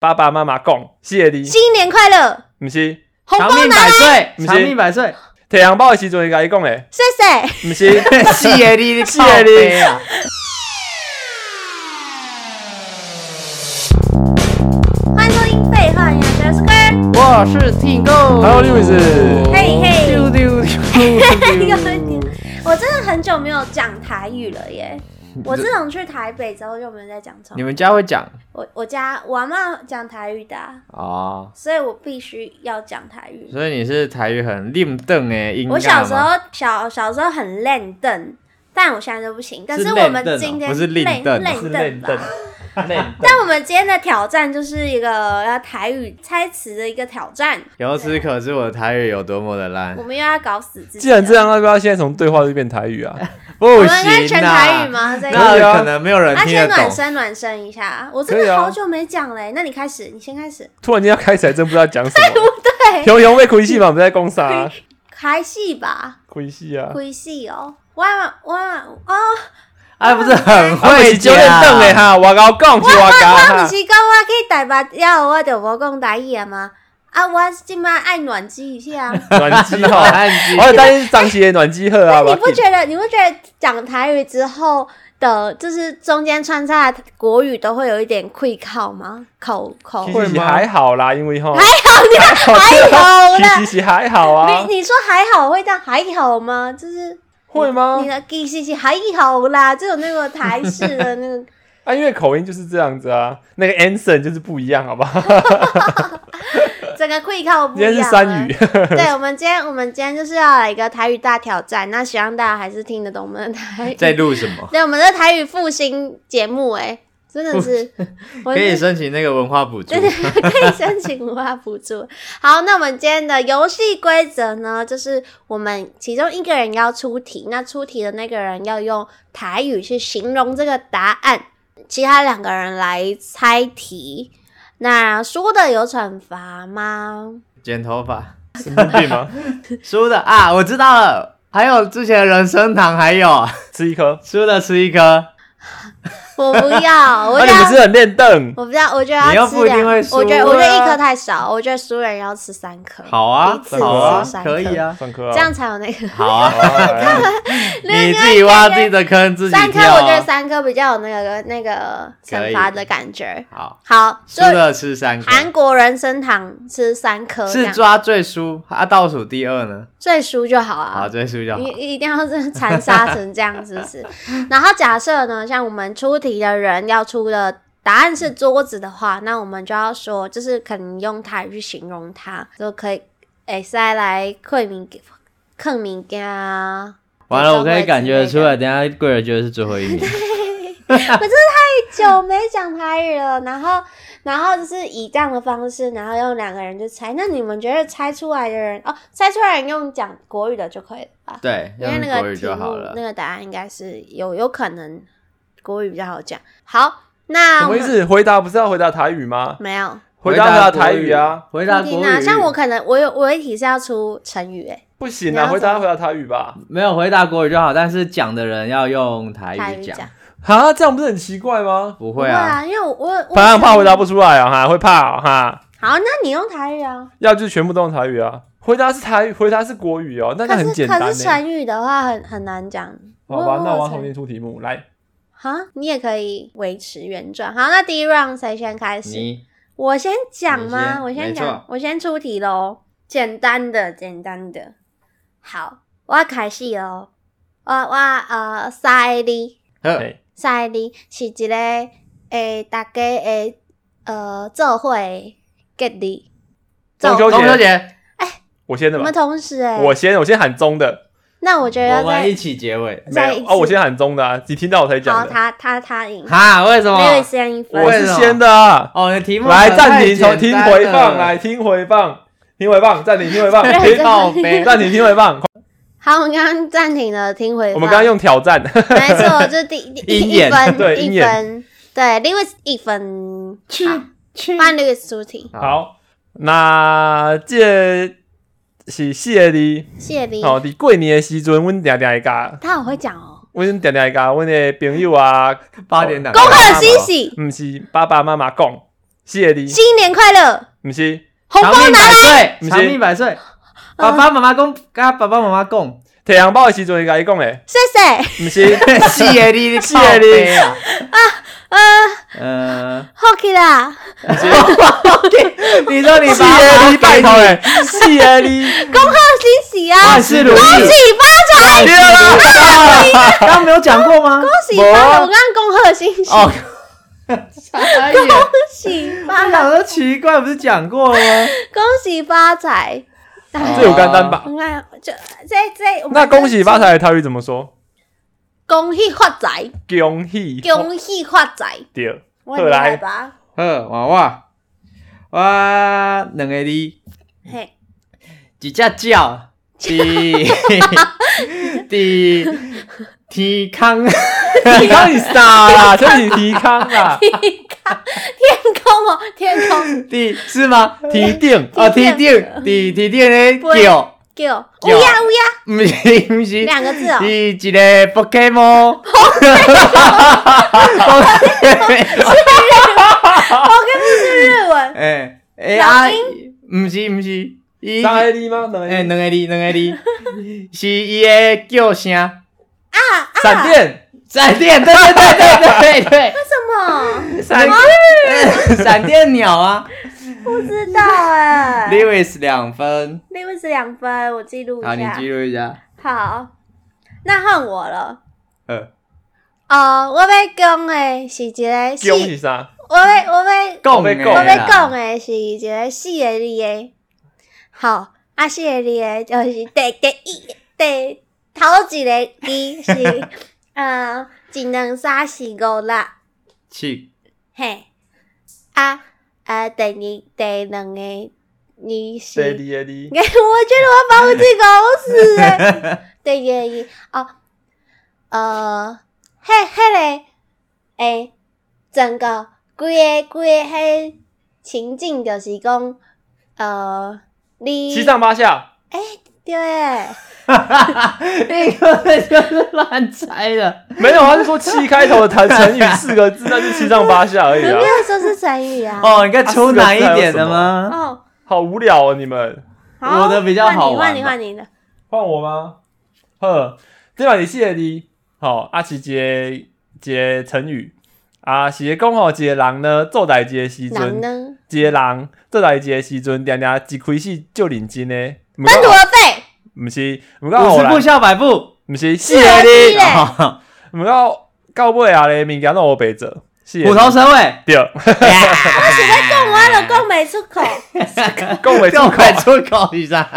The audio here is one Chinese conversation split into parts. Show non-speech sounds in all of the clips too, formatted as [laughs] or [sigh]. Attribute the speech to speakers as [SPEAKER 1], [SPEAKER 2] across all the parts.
[SPEAKER 1] 爸爸妈妈讲，谢你，
[SPEAKER 2] 新年快乐，
[SPEAKER 1] 毋是
[SPEAKER 2] 红
[SPEAKER 3] 长
[SPEAKER 2] 包
[SPEAKER 3] 命
[SPEAKER 2] 拿
[SPEAKER 3] 百
[SPEAKER 2] 来，
[SPEAKER 3] 岁，
[SPEAKER 1] 不是
[SPEAKER 3] 长命百岁，
[SPEAKER 1] 摕红包的时阵会甲伊讲诶，
[SPEAKER 2] 谢谢。
[SPEAKER 1] 毋是 [laughs]
[SPEAKER 3] [laughs] 谢谢你， [laughs] 你
[SPEAKER 1] 谢谢你
[SPEAKER 3] 靠背啊！
[SPEAKER 2] 欢迎收听《废话营养学》，我是 Girl，
[SPEAKER 3] 我是 T Go，
[SPEAKER 1] Hello，六子
[SPEAKER 2] 嘿嘿
[SPEAKER 3] 丢丢
[SPEAKER 2] 一
[SPEAKER 3] 丢
[SPEAKER 2] 个问 [laughs] 题我真的很久没有讲台语了
[SPEAKER 3] [laughs]
[SPEAKER 2] 耶。我自从去台北之后就没有再讲
[SPEAKER 3] 你
[SPEAKER 2] 中。
[SPEAKER 3] 们家会讲
[SPEAKER 2] 我我家我阿妈讲台语的啊、
[SPEAKER 3] 哦，
[SPEAKER 2] 所以我必须要讲台语。
[SPEAKER 3] 所以你是台语很令邓哎，音
[SPEAKER 2] 我
[SPEAKER 3] 尬吗
[SPEAKER 2] 小时候小小时候很烂凳，但我现在都不行。但
[SPEAKER 3] 是
[SPEAKER 2] 我们
[SPEAKER 3] 烂凳哦
[SPEAKER 2] 今天
[SPEAKER 3] 不是吝
[SPEAKER 2] 烂
[SPEAKER 3] 凳哦
[SPEAKER 2] 烂凳吧？
[SPEAKER 1] 嫩
[SPEAKER 2] 但我们今天的挑战就是一个要台语猜词的一个挑战，
[SPEAKER 3] 由
[SPEAKER 2] [laughs]
[SPEAKER 3] 此可知我的台语有多么的烂
[SPEAKER 2] 我，们又要搞死自己。
[SPEAKER 1] 既然这，样，要不要现在从对话就变台语啊？ [laughs]
[SPEAKER 2] 我
[SPEAKER 3] 不
[SPEAKER 2] 们可以
[SPEAKER 3] 行
[SPEAKER 2] 全台语
[SPEAKER 3] 啊，
[SPEAKER 2] 吗？这个。
[SPEAKER 1] 可以
[SPEAKER 3] 那
[SPEAKER 1] 啊
[SPEAKER 3] 可能没有人
[SPEAKER 2] 啊，
[SPEAKER 3] 听得
[SPEAKER 2] 先暖
[SPEAKER 3] 懂。
[SPEAKER 2] 身暖身一下，我真
[SPEAKER 1] 可以
[SPEAKER 2] 的
[SPEAKER 1] 啊
[SPEAKER 2] 好久没讲嘞、那你开始，你先开始。
[SPEAKER 1] 突然间要开始，还真不知道讲什
[SPEAKER 2] [laughs]
[SPEAKER 1] 么。[laughs]
[SPEAKER 2] 对，
[SPEAKER 1] 熊熊被亏戏嘛，我们在攻
[SPEAKER 2] [laughs]
[SPEAKER 1] 啥？
[SPEAKER 2] 开戏吧，
[SPEAKER 1] 亏戏啊！
[SPEAKER 2] 开戏哦。哇哇哦，
[SPEAKER 3] 哎， [laughs] 不是很
[SPEAKER 1] 啊不
[SPEAKER 3] 会
[SPEAKER 1] 是九点
[SPEAKER 3] 讲
[SPEAKER 1] 等的
[SPEAKER 3] [laughs]
[SPEAKER 1] 哈，我搞讲是我搞
[SPEAKER 2] [laughs] 我
[SPEAKER 1] 哈
[SPEAKER 2] 毋。是讲我去台北了，我就无讲台语啊吗？啊，我即摆爱暖机一下。啊
[SPEAKER 1] [laughs] 暖机
[SPEAKER 3] 好
[SPEAKER 2] [laughs]
[SPEAKER 1] 哈，
[SPEAKER 3] 汉字
[SPEAKER 1] 我有担心张琪的暖机鹤啊，
[SPEAKER 2] 你不
[SPEAKER 1] 我
[SPEAKER 2] 觉得？你不觉得讲台语之后的，就是中间穿插的国语都会有一点愧靠吗？口口
[SPEAKER 1] 其
[SPEAKER 3] 会
[SPEAKER 1] 实
[SPEAKER 3] 吗
[SPEAKER 1] 还好啦，因为哈，
[SPEAKER 2] 还有
[SPEAKER 1] [laughs] 其
[SPEAKER 2] 啦。
[SPEAKER 1] 实是还好啊
[SPEAKER 2] 你，你说还好会这样还好吗？就是
[SPEAKER 1] 会吗
[SPEAKER 2] 你？的其实是还好啦，就有那个台式的
[SPEAKER 1] [laughs]
[SPEAKER 2] 那个。
[SPEAKER 1] 啊，因为口音就是这样子啊，那个 Anson 就是不一样，好不好？
[SPEAKER 2] 整个会靠不
[SPEAKER 1] 今天是
[SPEAKER 2] 一样。啊
[SPEAKER 1] 三语。，
[SPEAKER 2] [laughs] 对，我们今天我们今天就是要来一个台语大挑战，那希望大家还是听得懂我们的台语。
[SPEAKER 3] [laughs] 在录什么？
[SPEAKER 2] 对，我们的台语复兴节目、哎，真的
[SPEAKER 1] [laughs]
[SPEAKER 2] 是，我
[SPEAKER 3] 可以
[SPEAKER 2] 是
[SPEAKER 3] 申请那个文化 [laughs] 补助
[SPEAKER 2] 真。的可以申请文化补助。好，那我们今天的游戏规则呢，就是我们其中一个人要出题，那出题的那个人要用台语去形容这个答案，其他两个人来猜题。那输的有惩罚吗？ [laughs]
[SPEAKER 3] 剪头发，
[SPEAKER 1] 神经病啊吗？
[SPEAKER 3] 输的啊，我知道了。还有之前的人参糖，还有
[SPEAKER 1] 吃一颗。
[SPEAKER 3] 输的吃一颗，
[SPEAKER 2] 我不要，我
[SPEAKER 1] 那
[SPEAKER 2] 不
[SPEAKER 1] 你们
[SPEAKER 2] 要
[SPEAKER 3] 啊
[SPEAKER 1] 是。很练凳
[SPEAKER 2] 我不要，我觉
[SPEAKER 3] 你
[SPEAKER 2] 得
[SPEAKER 3] 又
[SPEAKER 2] 要吃
[SPEAKER 3] 不一定
[SPEAKER 2] 两，
[SPEAKER 3] 会输
[SPEAKER 2] 我觉得我觉得一
[SPEAKER 3] 啊
[SPEAKER 2] 颗太少，我觉得输人要吃三颗，
[SPEAKER 3] 好啊
[SPEAKER 2] 一，次
[SPEAKER 3] 好啊
[SPEAKER 2] 吃，三颗
[SPEAKER 3] 可以啊，
[SPEAKER 1] 上课啊？
[SPEAKER 2] 这样才有那个
[SPEAKER 3] 好啊，
[SPEAKER 1] 啊。
[SPEAKER 3] 你自己挖自己的坑，自己
[SPEAKER 2] 三颗，
[SPEAKER 3] 跳
[SPEAKER 2] 我觉得
[SPEAKER 3] 啊。
[SPEAKER 2] 三颗比较有那个那个
[SPEAKER 3] 可
[SPEAKER 2] 惩
[SPEAKER 3] 以
[SPEAKER 2] 罚的感觉。
[SPEAKER 3] 好，
[SPEAKER 2] 好，
[SPEAKER 3] 输
[SPEAKER 2] 所以
[SPEAKER 3] 的吃三颗，
[SPEAKER 2] 韩国人参糖吃三颗，这
[SPEAKER 3] 是
[SPEAKER 2] 样
[SPEAKER 3] 抓最输，啊，倒数第二呢？
[SPEAKER 2] 最输就好
[SPEAKER 3] 好，
[SPEAKER 2] 啊。
[SPEAKER 3] 最输就好
[SPEAKER 2] 一。一定要是残杀成这样，是不是？然后假设
[SPEAKER 3] [laughs]
[SPEAKER 2] 呢，像我们出题的人要出的答案是桌子的话，那我们就要说，就是可能用台语去形容它，就可以哎塞来克明克明家。
[SPEAKER 3] 完了，我可以感觉得
[SPEAKER 2] 之
[SPEAKER 3] 出
[SPEAKER 2] 类的
[SPEAKER 3] 来，等一下贵人觉得是最后一名。
[SPEAKER 2] 久没讲台语了，然后，然后就是以这样的方式，然后用两个人就猜。那你们觉得猜出来的人哦，猜出来的人用讲国语的就可以了吧？
[SPEAKER 3] [laughs] 对，
[SPEAKER 2] [laughs] 因为
[SPEAKER 3] 用
[SPEAKER 2] 那
[SPEAKER 3] 国
[SPEAKER 2] 个
[SPEAKER 3] 语
[SPEAKER 2] 题
[SPEAKER 3] 就好
[SPEAKER 2] 目
[SPEAKER 3] 了
[SPEAKER 2] 那。个答案应该是有有可能国语比较好讲。好，那
[SPEAKER 1] 什
[SPEAKER 2] 我
[SPEAKER 1] 么意
[SPEAKER 2] 们
[SPEAKER 1] 思？回答不是要回答台语吗？
[SPEAKER 2] 没有
[SPEAKER 1] 回答他的台语啊，
[SPEAKER 3] 回答
[SPEAKER 2] 不
[SPEAKER 3] 国
[SPEAKER 2] 听
[SPEAKER 3] 语。
[SPEAKER 2] 啊，像我可能我有我一题是要出成语诶、
[SPEAKER 1] 不行
[SPEAKER 2] 你
[SPEAKER 1] 啊！
[SPEAKER 2] 要
[SPEAKER 1] 回答
[SPEAKER 2] 怎
[SPEAKER 1] 回答台语吧。
[SPEAKER 3] 没有回答国语就好，但是讲的人要用台
[SPEAKER 2] 台语
[SPEAKER 3] 语讲，，
[SPEAKER 1] 哈，这样不是很奇怪吗？
[SPEAKER 3] 不
[SPEAKER 2] 不
[SPEAKER 3] 会
[SPEAKER 2] 会
[SPEAKER 3] 啊。
[SPEAKER 2] 啊，因为我我我
[SPEAKER 1] 怕怕回答不出来啊，哈，会怕啊哈。
[SPEAKER 2] 好，那你用台语啊。
[SPEAKER 1] 要就是全部都用台语啊。回答是台语，回答是国语哦，那
[SPEAKER 2] 可
[SPEAKER 1] 那很
[SPEAKER 2] 是
[SPEAKER 1] 简
[SPEAKER 2] 可
[SPEAKER 1] 单
[SPEAKER 2] 是
[SPEAKER 1] 呢。
[SPEAKER 2] 成语的话很很难讲。
[SPEAKER 1] 好吧，那我要
[SPEAKER 2] 成
[SPEAKER 1] 重新出题目来。
[SPEAKER 2] 哈，你也可以维持原状。好，那第一 round 谁先开始？
[SPEAKER 3] 你
[SPEAKER 2] 我先讲吗？
[SPEAKER 3] 你先
[SPEAKER 2] 我
[SPEAKER 3] 没
[SPEAKER 2] 先
[SPEAKER 3] 错
[SPEAKER 2] 讲，我先出题喽。简单的，简单的。好，我要开始哦。我我呃，西里
[SPEAKER 3] 呵，
[SPEAKER 1] 哎，
[SPEAKER 2] 西里是一个诶，大家诶呃，做会结力。
[SPEAKER 1] 中
[SPEAKER 2] 做
[SPEAKER 1] 秋
[SPEAKER 3] 中秋
[SPEAKER 1] 节，
[SPEAKER 3] 节
[SPEAKER 1] 我先的
[SPEAKER 2] 我
[SPEAKER 1] 吧
[SPEAKER 2] 们。同时诶、
[SPEAKER 1] 我先，我先喊中的，
[SPEAKER 2] 那我觉得要
[SPEAKER 3] 我们
[SPEAKER 2] 再
[SPEAKER 3] 一起结尾。
[SPEAKER 2] 再
[SPEAKER 1] 没
[SPEAKER 2] 一
[SPEAKER 1] 有
[SPEAKER 2] 次
[SPEAKER 1] 哦，我先喊中的啊，你听到我才
[SPEAKER 2] 好，
[SPEAKER 1] 讲的。
[SPEAKER 2] 他他他赢，
[SPEAKER 3] 哈，为什
[SPEAKER 2] 啊没
[SPEAKER 3] 么
[SPEAKER 2] 有？先一分
[SPEAKER 1] 我。是先的啊，
[SPEAKER 3] 哦，你的题目
[SPEAKER 1] 来
[SPEAKER 3] 可
[SPEAKER 1] 暂
[SPEAKER 3] 太
[SPEAKER 1] 停，重
[SPEAKER 3] 简
[SPEAKER 1] 听
[SPEAKER 3] 单
[SPEAKER 1] 回
[SPEAKER 3] 了
[SPEAKER 1] 放，来听回放，听回放，暂停，听回放，
[SPEAKER 2] 认
[SPEAKER 1] 停
[SPEAKER 2] 真
[SPEAKER 3] 靠背。
[SPEAKER 1] 暂停，听回 [laughs] 放。
[SPEAKER 2] 好，我们刚刚暂停了，听回放。
[SPEAKER 1] 我们刚刚用挑战，
[SPEAKER 2] 没错，就是第一
[SPEAKER 3] 鹰
[SPEAKER 2] 一
[SPEAKER 3] 眼
[SPEAKER 2] 分，
[SPEAKER 1] 对鹰
[SPEAKER 2] 一
[SPEAKER 1] 眼
[SPEAKER 2] 分，对，Lewis 一分，好，
[SPEAKER 3] 去
[SPEAKER 2] 换 Lewis 出题，
[SPEAKER 1] [laughs] 好，那这是谢你。
[SPEAKER 2] 谢你，
[SPEAKER 1] 哦，伫过年的时阵，阮定定会甲，
[SPEAKER 2] 他好会讲哦，
[SPEAKER 1] 阮定定会甲阮的朋友啊，
[SPEAKER 3] 八点档，
[SPEAKER 2] 恭贺新喜，
[SPEAKER 1] 毋是爸爸妈妈讲，谢你，
[SPEAKER 2] 新年快乐，
[SPEAKER 1] 不是，
[SPEAKER 2] 红
[SPEAKER 3] 长
[SPEAKER 2] 包
[SPEAKER 3] 命
[SPEAKER 2] 拿
[SPEAKER 3] 百
[SPEAKER 2] 来，嗯
[SPEAKER 1] 不是
[SPEAKER 3] 岁，长命百岁。爸爸妈妈讲，甲爸爸妈妈 [laughs] 讲，
[SPEAKER 1] 摕红包的时阵，伊甲你讲诶，
[SPEAKER 2] 谢谢。
[SPEAKER 1] 不是， [laughs]
[SPEAKER 3] 是的， [laughs] 你
[SPEAKER 1] 是的你
[SPEAKER 3] 啊，呃，
[SPEAKER 2] 好起啦，
[SPEAKER 1] 不是，
[SPEAKER 3] [laughs] 你说你
[SPEAKER 1] 谢
[SPEAKER 3] 爸
[SPEAKER 1] 谢
[SPEAKER 3] 妈
[SPEAKER 1] 你，拜托诶，谢谢 [laughs] 你，
[SPEAKER 2] 恭贺新喜啊，
[SPEAKER 3] 万
[SPEAKER 2] 恭喜
[SPEAKER 3] 事如意。
[SPEAKER 2] 发财，
[SPEAKER 1] 对啦，
[SPEAKER 3] 刚刚没有讲过吗？
[SPEAKER 2] 恭喜发，我刚刚恭贺新喜，
[SPEAKER 3] 哦 [laughs]
[SPEAKER 2] 恭，
[SPEAKER 3] 傻眼
[SPEAKER 2] 喜
[SPEAKER 3] 我
[SPEAKER 2] 发
[SPEAKER 3] [laughs] 想说奇怪，不是讲过了吗？
[SPEAKER 2] 恭喜发财。哎
[SPEAKER 1] 这有干单吧？
[SPEAKER 2] 我看就这这，我们
[SPEAKER 1] 那恭喜发财的台语怎么说？
[SPEAKER 2] 恭喜发财，
[SPEAKER 1] 恭喜，
[SPEAKER 2] 恭喜发财，
[SPEAKER 1] 对，
[SPEAKER 2] 我很厉害吧？
[SPEAKER 3] 好，娃娃，我两个字，一
[SPEAKER 2] 嘿，[laughs]
[SPEAKER 3] 只鸟，滴滴天空， [laughs]
[SPEAKER 1] [laughs] 你康你傻啦， [laughs] 这是提康 [laughs] 啦，
[SPEAKER 2] 天空哦，天空，
[SPEAKER 3] 滴是吗？
[SPEAKER 1] 提
[SPEAKER 3] 天
[SPEAKER 1] 定，
[SPEAKER 3] 哦，
[SPEAKER 2] 天
[SPEAKER 3] 天顶，滴天顶的叫，
[SPEAKER 2] 给我乌鸦乌鸦
[SPEAKER 3] 不是不是，
[SPEAKER 2] 两个字哦，
[SPEAKER 3] 你一个 Pokemon。
[SPEAKER 2] 我
[SPEAKER 3] [laughs]
[SPEAKER 2] 跟不哦是日文，
[SPEAKER 3] 诶诶
[SPEAKER 2] 老
[SPEAKER 3] 啊，
[SPEAKER 2] 鹰
[SPEAKER 3] 毋是毋是，伊
[SPEAKER 1] 三个字吗？
[SPEAKER 3] 诶
[SPEAKER 1] 两
[SPEAKER 3] 两
[SPEAKER 1] [laughs] 个字，
[SPEAKER 3] 个字两个字，是伊诶叫声，
[SPEAKER 2] 啊
[SPEAKER 1] 闪电，
[SPEAKER 3] 闪电，对对对对对对
[SPEAKER 2] 为什 [laughs] 么？
[SPEAKER 3] 闪呃闪电鸟啊
[SPEAKER 2] 不知道哎。
[SPEAKER 3] ，Lewis 两分，
[SPEAKER 2] 六十两分，我记录一
[SPEAKER 3] 好，你
[SPEAKER 2] 下。
[SPEAKER 3] 记录一下，
[SPEAKER 2] 好，那换我了。
[SPEAKER 3] 呃，
[SPEAKER 2] 哦，我要讲的是一个四，
[SPEAKER 1] 恭喜啥？
[SPEAKER 2] 我要我要
[SPEAKER 3] 讲
[SPEAKER 1] 被
[SPEAKER 3] 诶
[SPEAKER 1] 讲
[SPEAKER 2] 我
[SPEAKER 1] 的
[SPEAKER 2] 要讲的是一个四个字的。好，啊，四个字的就是第第一第头一个字是呃，一两三四五六，
[SPEAKER 3] 七
[SPEAKER 2] 嘿，啊呃，第二第两个字
[SPEAKER 1] 第二
[SPEAKER 2] 是。，
[SPEAKER 1] 个字
[SPEAKER 2] [laughs] 我觉得我把我自己搞死哎、对耶耶哦，呃，迄迄个诶，哎整个规个规个迄情境就是讲，呃，你
[SPEAKER 1] 七上八下，
[SPEAKER 2] 对耶，
[SPEAKER 3] 你根本就是乱猜的，
[SPEAKER 1] 没有，他是说七开头的成成语四个字，那就七上八下而已
[SPEAKER 2] 我
[SPEAKER 1] 啊 [laughs]
[SPEAKER 2] 没，有说是成语啊。
[SPEAKER 3] [laughs] 哦，你可以出难一点的吗？
[SPEAKER 2] 哦，
[SPEAKER 1] 好无聊哦，你们。
[SPEAKER 2] 好，
[SPEAKER 3] 我的比较好玩啊
[SPEAKER 2] 换你
[SPEAKER 3] 吧
[SPEAKER 2] 换你换你的，
[SPEAKER 1] 换我吗？呵，这把你谢你。好、啊是一个一个成语啊，是讲吼一个人呢做代志的时阵，
[SPEAKER 2] 人呢？
[SPEAKER 1] 一个人做代志的时阵，定定一开始就认真呢。不
[SPEAKER 2] 单独
[SPEAKER 1] 过
[SPEAKER 2] 的背，
[SPEAKER 1] 不啊是，不过
[SPEAKER 3] 五
[SPEAKER 1] 后
[SPEAKER 3] 十步
[SPEAKER 1] 来
[SPEAKER 3] 笑百步，哦
[SPEAKER 1] 不是谢
[SPEAKER 2] 是啊
[SPEAKER 1] 你，
[SPEAKER 2] 是啊
[SPEAKER 1] 不过到尾啊咧，物件都我白做，谢
[SPEAKER 3] 虎头蛇
[SPEAKER 1] [laughs]
[SPEAKER 3] 尾，
[SPEAKER 1] 对，
[SPEAKER 2] 讲完了讲没出
[SPEAKER 3] [laughs]
[SPEAKER 2] 口，
[SPEAKER 1] 讲袂出 [laughs]
[SPEAKER 3] 够快
[SPEAKER 1] 口，啊
[SPEAKER 3] 出口一 [laughs] 下。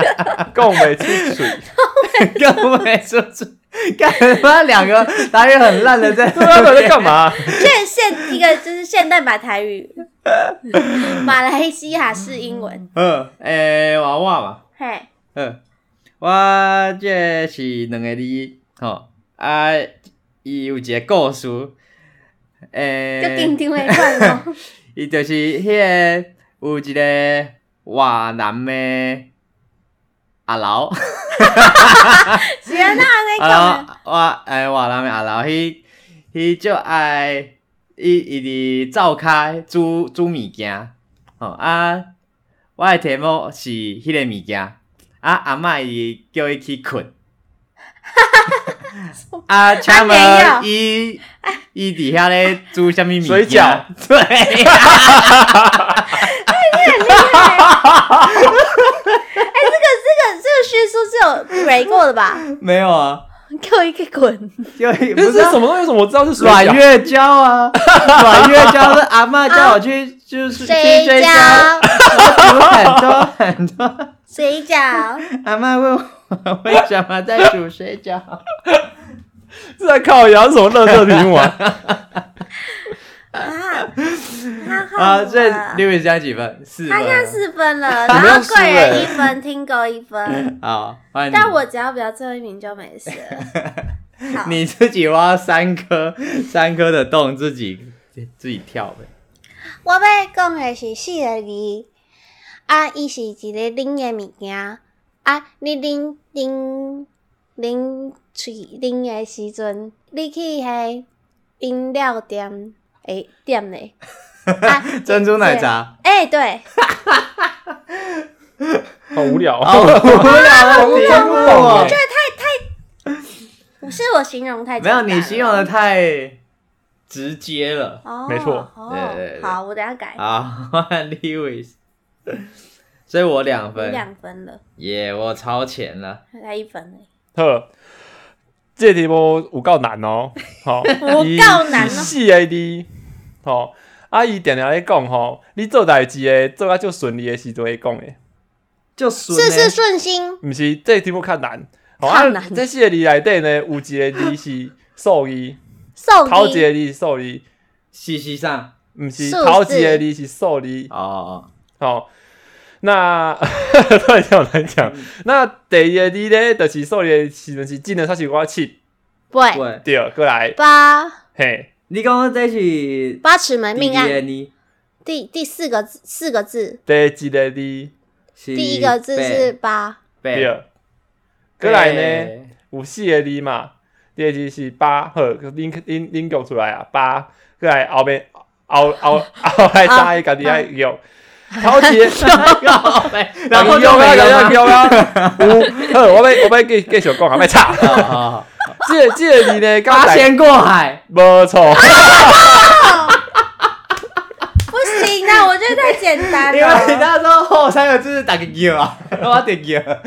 [SPEAKER 1] 讲袂出嘴，
[SPEAKER 3] 各位说出，干嘛两个打野很烂的在 [laughs]
[SPEAKER 1] 对啊，到底在干 [laughs] 嘛？
[SPEAKER 2] 现现一个就是现代版台语，马来西亚式英文，
[SPEAKER 3] 嗯，诶、娃娃嘛，
[SPEAKER 2] 嘿，
[SPEAKER 3] 嗯，我这是两个字，吼、啊，伊有一个故事，诶、
[SPEAKER 2] 就叮叮会转咯。 [laughs]
[SPEAKER 3] 伊就是迄、个有一个越南的阿老，
[SPEAKER 2] 是啊，那
[SPEAKER 3] 阿
[SPEAKER 2] 那个
[SPEAKER 3] 老，我啊诶越南的阿老，伊伊就爱哎伊伊伫灶骹煮煮物件，吼、啊，我的题目是迄个物件，啊阿嬷伊叫伊去 [laughs] 困，啊，请
[SPEAKER 2] 啊
[SPEAKER 3] 问伊伊伫遐咧煮啥物物件？
[SPEAKER 1] 水饺
[SPEAKER 3] [laughs] 对。
[SPEAKER 2] 哎这个这个叙述是有 break 过的吧？
[SPEAKER 3] 没有啊，
[SPEAKER 2] [laughs] 给我一个滚！
[SPEAKER 3] 就不
[SPEAKER 1] 这
[SPEAKER 3] 是
[SPEAKER 1] 是
[SPEAKER 3] 啊
[SPEAKER 1] 什么东西？怎么我知道是水
[SPEAKER 3] 阮
[SPEAKER 1] 饺？
[SPEAKER 3] 月娇啊， [laughs] 阮月娇是阿嬷叫我去，就是去
[SPEAKER 2] 水
[SPEAKER 3] 追娇，
[SPEAKER 2] 饺，
[SPEAKER 3] 有很多很多，
[SPEAKER 2] 水饺，
[SPEAKER 3] 阿嬷问我为什么在数水饺，
[SPEAKER 1] 这在靠摇什么乐色题目啊？
[SPEAKER 2] 啊，他好
[SPEAKER 3] 啊，所以
[SPEAKER 2] 了
[SPEAKER 3] 六月加几分？四分
[SPEAKER 2] 他现在
[SPEAKER 3] 啊。
[SPEAKER 2] 四分了，
[SPEAKER 1] 你
[SPEAKER 2] 然
[SPEAKER 1] 没有
[SPEAKER 2] 后
[SPEAKER 1] 输
[SPEAKER 2] 贵人
[SPEAKER 1] 欸
[SPEAKER 2] 一分，听狗一
[SPEAKER 3] [laughs]
[SPEAKER 2] 分，
[SPEAKER 3] 好，欢迎你。
[SPEAKER 2] 但我只要不要最后一名就没事了。好，
[SPEAKER 3] 你自己挖三颗，三颗的洞自己自己跳呗。
[SPEAKER 2] 我要讲的是四个字，啊，伊是一个啉的物件，啊，你啉啉啉喙啉的
[SPEAKER 3] [laughs]
[SPEAKER 2] 时阵，你去迄饮料店会点嘞，啊
[SPEAKER 3] 珍珠奶。茶，
[SPEAKER 2] 哎、对，
[SPEAKER 1] [laughs] 好无聊
[SPEAKER 3] 好无
[SPEAKER 1] 哦。
[SPEAKER 3] 聊的题目哦
[SPEAKER 1] 啊我觉。
[SPEAKER 2] 是我形容太
[SPEAKER 3] 没有，
[SPEAKER 2] 简单
[SPEAKER 3] 你形容
[SPEAKER 2] 了
[SPEAKER 3] 的太直接了
[SPEAKER 2] 哦，
[SPEAKER 1] 没错
[SPEAKER 2] 哦
[SPEAKER 3] 对对对
[SPEAKER 2] 好，我等一下改，
[SPEAKER 3] 啊，Lewis，所以我两
[SPEAKER 2] 有
[SPEAKER 3] 分，
[SPEAKER 2] 两分了，
[SPEAKER 3] 耶我超前了，
[SPEAKER 2] 才一分哎、
[SPEAKER 1] 呵，这题目有够难哦，吼、
[SPEAKER 2] [laughs] 有
[SPEAKER 1] 伊
[SPEAKER 2] 够难哦
[SPEAKER 1] 是四 A D，吼、啊伊定定咧讲吼，你做代志诶，做啊足顺利诶时阵会讲诶，
[SPEAKER 3] 就顺
[SPEAKER 2] 事事
[SPEAKER 3] 欸
[SPEAKER 2] 顺心，
[SPEAKER 1] 毋是这题目较难，吼、
[SPEAKER 2] 较
[SPEAKER 1] 啊
[SPEAKER 2] 难
[SPEAKER 1] 这四个字内底呢，有一个字是数字，
[SPEAKER 2] 受
[SPEAKER 1] 头一
[SPEAKER 2] 机
[SPEAKER 1] 个字是数字，
[SPEAKER 3] 西西上
[SPEAKER 1] 毋是
[SPEAKER 2] 数字
[SPEAKER 1] 头一个字是数字，
[SPEAKER 3] 哦，
[SPEAKER 1] 吼、那 [laughs] 突然间我难讲，
[SPEAKER 2] 嗯
[SPEAKER 1] 那第二个字咧，就是数字诶时阵是真诶，煞是我七，
[SPEAKER 2] 对
[SPEAKER 3] 对，
[SPEAKER 1] 对，过来，
[SPEAKER 2] 八
[SPEAKER 1] 嘿。
[SPEAKER 3] 你讲的这是
[SPEAKER 2] 八尺门命案
[SPEAKER 3] DNA
[SPEAKER 2] 第第四个字四个字，
[SPEAKER 1] 第一个字
[SPEAKER 3] 是
[SPEAKER 2] 第一个字是八，
[SPEAKER 3] 贝，
[SPEAKER 1] 对，过来呢
[SPEAKER 3] 呢，
[SPEAKER 1] 有四个字嘛，第二个字是八，好，恁恁恁叫出来啊，八，过来后面后后后来三个家己爱用，头一 [laughs] 个
[SPEAKER 3] [laughs] 然后就
[SPEAKER 1] 用
[SPEAKER 3] 没
[SPEAKER 1] 啊，
[SPEAKER 3] 有了
[SPEAKER 1] 用啊，有，好，我要我要继继续讲啊，别吵，
[SPEAKER 3] 哦 [laughs] 哦，
[SPEAKER 1] 这个这个字 [laughs] 呢，刚
[SPEAKER 3] 八
[SPEAKER 1] 才
[SPEAKER 3] 仙过海，
[SPEAKER 1] 无错，
[SPEAKER 2] 不行啊，我觉得太简单
[SPEAKER 3] 因为
[SPEAKER 2] 了。
[SPEAKER 3] 那时候后三个字是打个叫啊， [laughs] 我点叫，
[SPEAKER 2] 有有，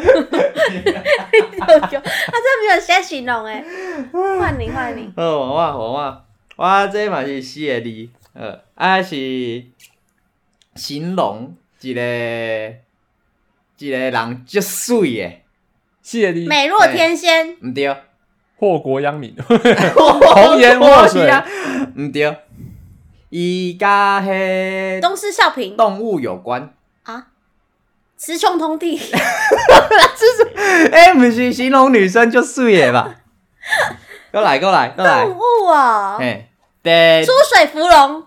[SPEAKER 2] 他这没有先形容
[SPEAKER 3] [laughs]
[SPEAKER 2] 哎、换你换你，
[SPEAKER 3] 呃，我我我我我这嘛是四个字，呃，啊是形容一个一个人足水诶，
[SPEAKER 1] 四个
[SPEAKER 3] 嗯
[SPEAKER 1] 字，
[SPEAKER 2] 美若天仙，
[SPEAKER 3] 毋对，哦
[SPEAKER 1] 祸国殃民，啊红颜祸水，
[SPEAKER 3] 啊毋对，伊甲迄
[SPEAKER 2] 东施效颦
[SPEAKER 3] 动物有关。 [laughs]
[SPEAKER 2] 啊，雌雄同体，
[SPEAKER 3] 哎、不是形容女生就水诶吧？ [laughs] 过来，过来，过来
[SPEAKER 2] 动，物哦、
[SPEAKER 3] 哎、对
[SPEAKER 2] 出，水芙蓉，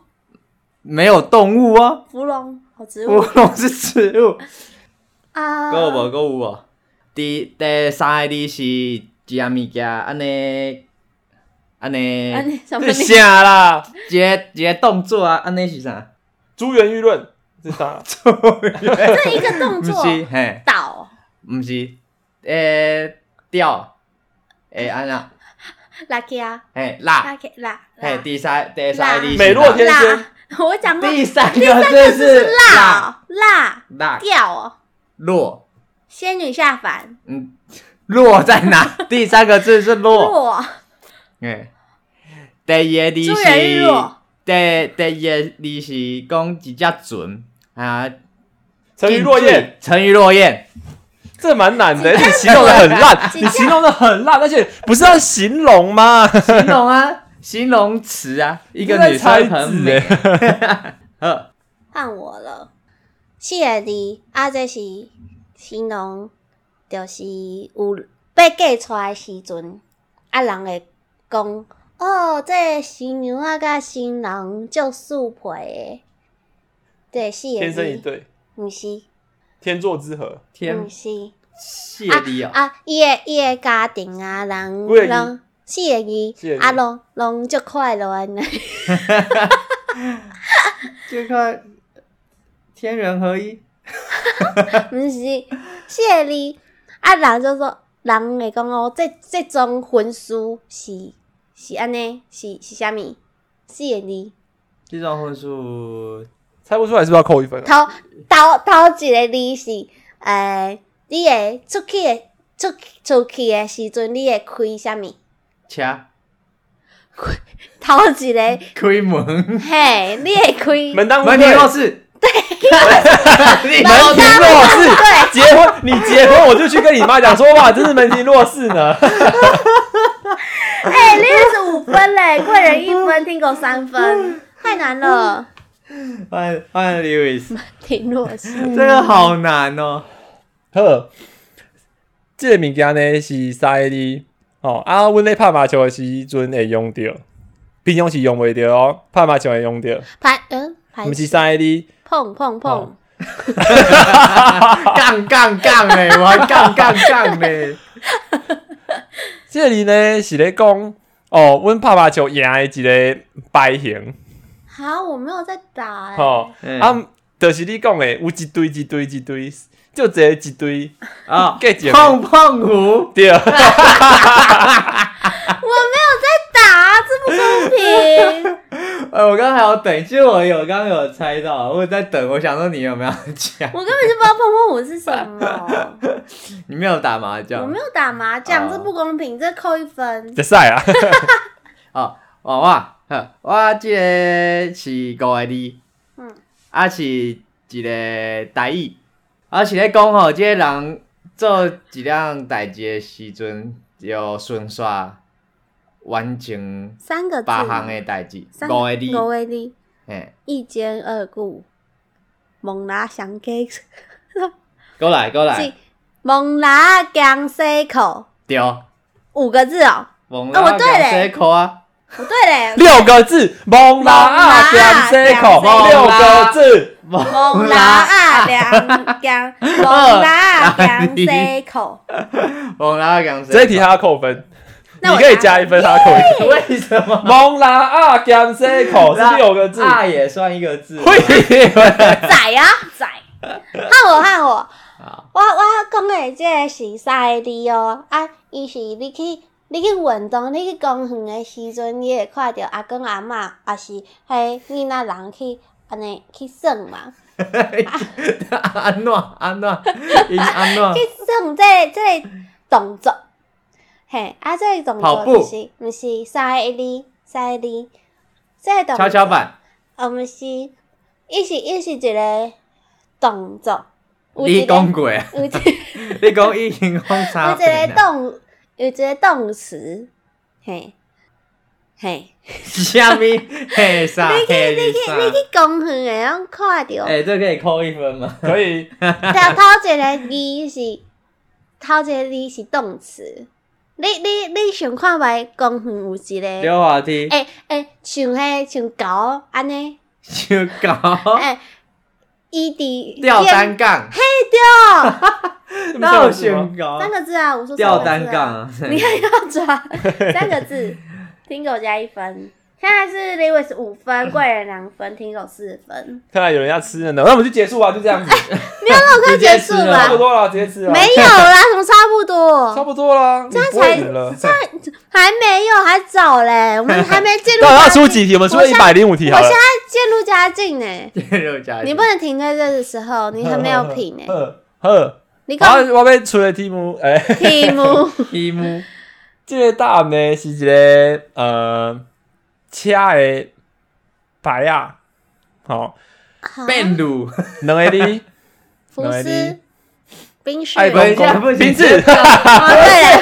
[SPEAKER 3] 没有动物哦，
[SPEAKER 2] 芙蓉好植
[SPEAKER 3] 乌
[SPEAKER 2] 物
[SPEAKER 3] 龙是
[SPEAKER 2] [laughs]
[SPEAKER 3] 植物。
[SPEAKER 2] 啊，
[SPEAKER 3] 够无够有无？第第三个字是一样物件，安尼安尼
[SPEAKER 2] 安
[SPEAKER 3] [laughs]
[SPEAKER 2] 尼啊什么
[SPEAKER 1] 这啥啦？
[SPEAKER 3] 一个一个动作啊，安尼是啥？
[SPEAKER 1] 珠圆玉润，这啥？
[SPEAKER 3] [laughs]
[SPEAKER 2] 这一个动
[SPEAKER 3] 毋
[SPEAKER 2] 作
[SPEAKER 3] 是嘿，
[SPEAKER 2] 倒
[SPEAKER 3] 毋是诶调诶安那
[SPEAKER 2] 拉 K 啊，
[SPEAKER 3] 嘿
[SPEAKER 2] 拉
[SPEAKER 3] 啦
[SPEAKER 2] K 拉
[SPEAKER 3] 嘿
[SPEAKER 2] 拉
[SPEAKER 3] 第三第三个字是
[SPEAKER 1] 美若天仙
[SPEAKER 2] 拉，我讲话
[SPEAKER 3] 第三个字是啦
[SPEAKER 2] 辣辣
[SPEAKER 3] 啦
[SPEAKER 2] 掉哦，
[SPEAKER 3] 落
[SPEAKER 2] 仙女下凡
[SPEAKER 3] 嗯落在哪？ [laughs] 第三个字是落
[SPEAKER 2] 落
[SPEAKER 3] 诶，第二个字
[SPEAKER 2] 珠圆玉
[SPEAKER 3] 是
[SPEAKER 2] 落
[SPEAKER 3] 第第二个字是讲一只船啊。
[SPEAKER 1] 沉鱼落雁。，
[SPEAKER 3] 沉鱼落雁，
[SPEAKER 1] 这蛮难的，而
[SPEAKER 2] 紧
[SPEAKER 1] 且形
[SPEAKER 2] 张
[SPEAKER 1] 容的很烂，
[SPEAKER 2] 紧
[SPEAKER 1] 你
[SPEAKER 2] 张
[SPEAKER 1] [laughs] 形容的很烂，而且不是要形容 [laughs] 吗？
[SPEAKER 3] [laughs] 形容啊，形容词啊，一个女生很美。
[SPEAKER 1] 欸
[SPEAKER 3] 呵，
[SPEAKER 2] 换我了，谢你啊，这是形容，就是有被嫁出来的时阵，啊人会讲哦，这新娘啊甲新郎就速配的，对，是
[SPEAKER 1] 天生一
[SPEAKER 2] 的，
[SPEAKER 1] 对，
[SPEAKER 2] 毋是，
[SPEAKER 1] 天作之合，
[SPEAKER 2] 毋
[SPEAKER 3] 天
[SPEAKER 2] 是。
[SPEAKER 3] 谢你哦，
[SPEAKER 2] 啊，伊诶伊诶家庭啊，人
[SPEAKER 1] 几个字
[SPEAKER 2] 人四
[SPEAKER 1] 四
[SPEAKER 2] 个
[SPEAKER 1] 个字
[SPEAKER 2] 字，啊，拢拢足快乐安尼。
[SPEAKER 3] 这块天人合一，
[SPEAKER 2] 毋是四个字，啊，人就说人会讲哦，这这种婚书是是安尼，是是啥物？四个字，
[SPEAKER 3] 这种分数
[SPEAKER 1] 猜不出来是不是要扣一分啊？
[SPEAKER 2] 头头头一个字是诶、呃你会出去诶出出去诶时阵，你会开啥物？
[SPEAKER 3] 车 [laughs]
[SPEAKER 2] 头一个
[SPEAKER 3] 开 [laughs] 门，
[SPEAKER 2] 嘿，你会开
[SPEAKER 1] 门当户
[SPEAKER 3] 门
[SPEAKER 1] 对
[SPEAKER 3] 庭，若市，对， [laughs]
[SPEAKER 1] 门庭若市，结婚你结婚我就去跟你妈讲说哇，真是门庭若市呢。
[SPEAKER 2] 哎、你也是五分嘞，贵人一分，听狗三分，太难了。
[SPEAKER 3] 换换 Lewis，
[SPEAKER 2] 挺弱势，
[SPEAKER 3] [laughs] 这个好难哦，
[SPEAKER 1] 好，这个物件呢是三个字哦，啊，阮咧拍麻将的时阵会用到，平常是用袂到哦，拍麻将会用到，
[SPEAKER 2] 排嗯排
[SPEAKER 1] 毋是三个字，
[SPEAKER 2] 碰碰
[SPEAKER 1] 哦
[SPEAKER 2] 碰，
[SPEAKER 3] [laughs] 杠杠杠嘞，我还杠杠杠哎嘞，
[SPEAKER 1] 这个字呢是咧讲哦，阮拍麻将赢的一个牌型。
[SPEAKER 2] 哈，我没有在打、欸。
[SPEAKER 1] 吼、
[SPEAKER 3] [laughs] 嗯
[SPEAKER 1] 啊，就是你讲的，有一堆一堆一堆，就这一堆，
[SPEAKER 3] 啊
[SPEAKER 1] 计一个
[SPEAKER 3] 碰碰胡，
[SPEAKER 1] 对，
[SPEAKER 2] 我没有在打，这
[SPEAKER 1] [laughs]
[SPEAKER 2] 不公平。
[SPEAKER 3] 呃，我刚才有等，其实我有刚刚有猜到，我有在等，我想说你有没有
[SPEAKER 2] [laughs]
[SPEAKER 3] 讲，
[SPEAKER 2] 我根本就不知道碰碰我是什么，
[SPEAKER 3] 你没有打麻
[SPEAKER 2] 我
[SPEAKER 3] 将
[SPEAKER 2] 没有打麻将，
[SPEAKER 3] 哦
[SPEAKER 2] 这不公平，这扣一分。
[SPEAKER 1] 就赛啊， [laughs]
[SPEAKER 3] 哦，我哇，呵我即个是五个字，
[SPEAKER 2] 嗯，
[SPEAKER 3] 啊是一个台语，啊是咧讲吼，即个人做一件代志的时阵，要顺续完成
[SPEAKER 2] 三个字，
[SPEAKER 3] 八项的代志，
[SPEAKER 2] 三
[SPEAKER 3] 五个
[SPEAKER 2] 五
[SPEAKER 3] 字，
[SPEAKER 2] 个字，
[SPEAKER 3] 嘿，
[SPEAKER 2] 一兼二顾，猛拉相给，
[SPEAKER 3] 过来过来
[SPEAKER 2] 是，猛拉江西口，
[SPEAKER 3] 对，
[SPEAKER 2] 五个字哦，
[SPEAKER 3] 蒙
[SPEAKER 2] 啊我
[SPEAKER 3] 拉
[SPEAKER 2] 对嘞
[SPEAKER 3] 两口啊，
[SPEAKER 2] 不对嘞，
[SPEAKER 3] [laughs]
[SPEAKER 1] 六个
[SPEAKER 2] [laughs]
[SPEAKER 1] 字，蒙拉啊，两西口，六个字，
[SPEAKER 3] 蒙
[SPEAKER 2] 猛拉啊两
[SPEAKER 3] [laughs]
[SPEAKER 2] 江，猛拉啊江西口，
[SPEAKER 3] 蒙拉两
[SPEAKER 1] 这一题他要扣分，
[SPEAKER 2] 那我
[SPEAKER 1] 你可以加一分，他
[SPEAKER 2] [laughs]
[SPEAKER 1] 扣一分。
[SPEAKER 3] 为什么？
[SPEAKER 1] 蒙拉啊，两西口是六个字，
[SPEAKER 3] 啊也算一个字，
[SPEAKER 1] [laughs] 会
[SPEAKER 2] 宰啊宰，看我看我。
[SPEAKER 3] 啊，
[SPEAKER 2] 我我讲的即个是赛的哦，啊，伊是你去你去运动，你去公园的时阵，你会看到阿公阿嬷，也是迄囡仔人去安尼去耍嘛，
[SPEAKER 3] [laughs] 安怎安怎，因安怎
[SPEAKER 2] 去耍即、个即、个动作，嘿，啊，即、个动
[SPEAKER 3] 跑
[SPEAKER 2] 作
[SPEAKER 3] 步
[SPEAKER 2] 就是毋是赛的赛的，即、个动
[SPEAKER 3] 跷
[SPEAKER 2] 作，
[SPEAKER 3] 跷板。
[SPEAKER 2] 呃，毋是，伊是伊是一个动作，有一
[SPEAKER 3] 你
[SPEAKER 2] 个
[SPEAKER 3] 讲过，啊，
[SPEAKER 2] 有一个。
[SPEAKER 3] 你讲已经讲
[SPEAKER 2] 有
[SPEAKER 3] 啥
[SPEAKER 2] 一个动，有一个动词，嘿，嘿，
[SPEAKER 3] 啥物？嘿啥？
[SPEAKER 2] 你去
[SPEAKER 3] 嘿
[SPEAKER 2] 你去
[SPEAKER 3] 啥？
[SPEAKER 2] 你去公园会用看到，啊
[SPEAKER 3] 哎，这可以扣一分吗？
[SPEAKER 1] 可以，
[SPEAKER 2] 头头一个字是头一个字是动词，你你你想看觅公园有一个，
[SPEAKER 3] 溜滑梯，
[SPEAKER 2] 诶诶，像迄像狗安尼，
[SPEAKER 3] 小狗，
[SPEAKER 2] 诶，伊伫
[SPEAKER 3] 哦吊单杠，
[SPEAKER 2] 吊
[SPEAKER 3] 那有小狗，
[SPEAKER 2] 三个字啊，我说
[SPEAKER 3] 吊
[SPEAKER 2] 三
[SPEAKER 3] 单
[SPEAKER 2] 个字啊
[SPEAKER 3] 杠啊，
[SPEAKER 1] [laughs]
[SPEAKER 2] 你还要抓三个字，听狗加一分。现在是 Lewis 五
[SPEAKER 1] [laughs]
[SPEAKER 2] 分，贵人两分，听狗四分，
[SPEAKER 1] 看来有人要吃了呢，那我们就结束啊吧，就这样
[SPEAKER 2] [laughs]
[SPEAKER 1] 子，
[SPEAKER 2] 没有那么快结束
[SPEAKER 3] 啊
[SPEAKER 1] 差
[SPEAKER 2] 吧
[SPEAKER 1] 不？多了，直接吃了，
[SPEAKER 2] 没有啦，什么差不
[SPEAKER 1] 差
[SPEAKER 2] 多？
[SPEAKER 1] 不多啦，这
[SPEAKER 2] 才
[SPEAKER 1] 了。
[SPEAKER 2] 还没有，还早嘞，我们还没进
[SPEAKER 1] [laughs]
[SPEAKER 2] 入
[SPEAKER 1] 到底
[SPEAKER 2] 佳
[SPEAKER 1] 要
[SPEAKER 2] 境。
[SPEAKER 1] 出几题？我们出了一百零五题好
[SPEAKER 2] 我
[SPEAKER 1] 了
[SPEAKER 2] 现。在进入佳境呢，
[SPEAKER 3] 介入家庭
[SPEAKER 2] 你不能停在这的时候，你还没有品呢。
[SPEAKER 1] [laughs] 呵呵，
[SPEAKER 2] 你讲
[SPEAKER 1] 好，我要出的题目，哎诶、
[SPEAKER 2] 题
[SPEAKER 1] 啊
[SPEAKER 2] 目
[SPEAKER 3] 题目，
[SPEAKER 1] 这个答案呢是一个呃车的牌啊，吼、
[SPEAKER 3] 变路，
[SPEAKER 1] 两 [laughs] 个字，
[SPEAKER 2] 啊福斯冰室。
[SPEAKER 1] 爱
[SPEAKER 3] 等
[SPEAKER 1] 公
[SPEAKER 3] 一下不
[SPEAKER 1] 公
[SPEAKER 3] 行
[SPEAKER 1] 名字，
[SPEAKER 2] 哦，对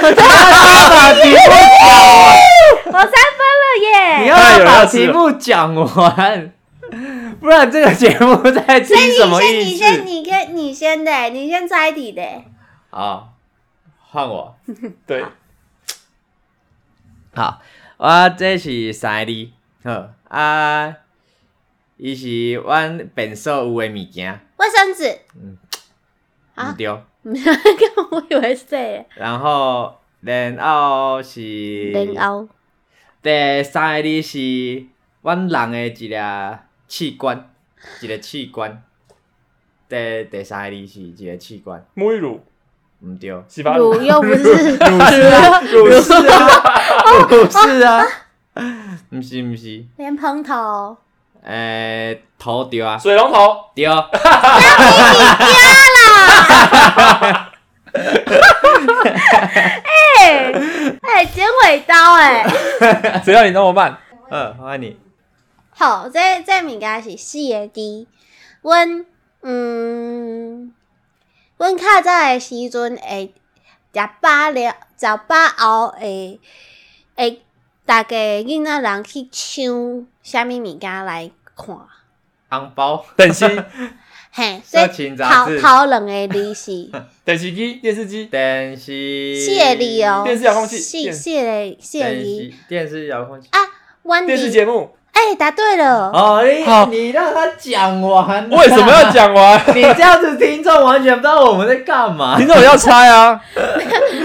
[SPEAKER 2] 了，
[SPEAKER 1] 大题目
[SPEAKER 2] 我三分了
[SPEAKER 3] 你
[SPEAKER 2] 耶！
[SPEAKER 3] 要
[SPEAKER 1] 哎有人
[SPEAKER 3] 把
[SPEAKER 1] 要吃了
[SPEAKER 3] 题目讲完，不然这个节目在听什么
[SPEAKER 2] 先你
[SPEAKER 3] 意
[SPEAKER 2] 先，
[SPEAKER 3] 思？
[SPEAKER 2] 你先，你先的，你先猜底的。
[SPEAKER 3] 好，换我。
[SPEAKER 1] [laughs] 对，
[SPEAKER 3] 好，我这是三字，好啊，伊是阮便所有诶物件，
[SPEAKER 2] 卫生 [laughs] 纸
[SPEAKER 3] 嗯，
[SPEAKER 2] 啊
[SPEAKER 3] 毋对。
[SPEAKER 2] 我以为是 [laughs] 这
[SPEAKER 3] 然后，然后是
[SPEAKER 2] 个，然后
[SPEAKER 3] 第三个字是阮人诶一个器官，一个器官。第第三个字是一个器官，
[SPEAKER 1] 母乳
[SPEAKER 3] 毋对。
[SPEAKER 1] 洗发
[SPEAKER 2] 乳
[SPEAKER 1] 乳，
[SPEAKER 2] 又不 [laughs] 是
[SPEAKER 3] 乳是啊，乳是啊，乳是啊， [laughs] 毋是毋是，
[SPEAKER 2] 莲蓬头，
[SPEAKER 3] 诶、头对啊，
[SPEAKER 1] 水龙头，
[SPEAKER 3] 对。
[SPEAKER 2] 哎哎，剪尾刀哎。
[SPEAKER 1] 谁让你那么慢？
[SPEAKER 3] 嗯，我爱你。
[SPEAKER 2] 好，这这物件是四个字。阮嗯，阮较早诶时阵会食饱了，食饱后会会逐个囡仔人去抢啥物物件来看。
[SPEAKER 3] 红包、
[SPEAKER 1] 等
[SPEAKER 3] [laughs]
[SPEAKER 1] 息，
[SPEAKER 2] 嘿，所
[SPEAKER 3] 色
[SPEAKER 2] 以
[SPEAKER 3] 情杂
[SPEAKER 2] 头
[SPEAKER 3] 志、
[SPEAKER 2] 头两个字
[SPEAKER 1] [laughs]
[SPEAKER 2] 是
[SPEAKER 1] 等息机，电视机，
[SPEAKER 3] 电视、
[SPEAKER 2] 四个字哦，
[SPEAKER 1] 电视遥控器
[SPEAKER 2] 四
[SPEAKER 1] 电
[SPEAKER 2] 四个四个
[SPEAKER 3] 电
[SPEAKER 2] 字
[SPEAKER 3] 视、电视遥控器。
[SPEAKER 2] 啊，阮
[SPEAKER 1] 电视
[SPEAKER 2] 伫
[SPEAKER 1] 节目，
[SPEAKER 2] 哎，答对了，
[SPEAKER 3] 哦，
[SPEAKER 1] 好
[SPEAKER 3] 你你让他讲完，
[SPEAKER 1] 为什么要？讲完？
[SPEAKER 3] [laughs]
[SPEAKER 1] [laughs]
[SPEAKER 3] 你这样子，听众完全不知道我们在干嘛
[SPEAKER 1] 听，众要猜啊，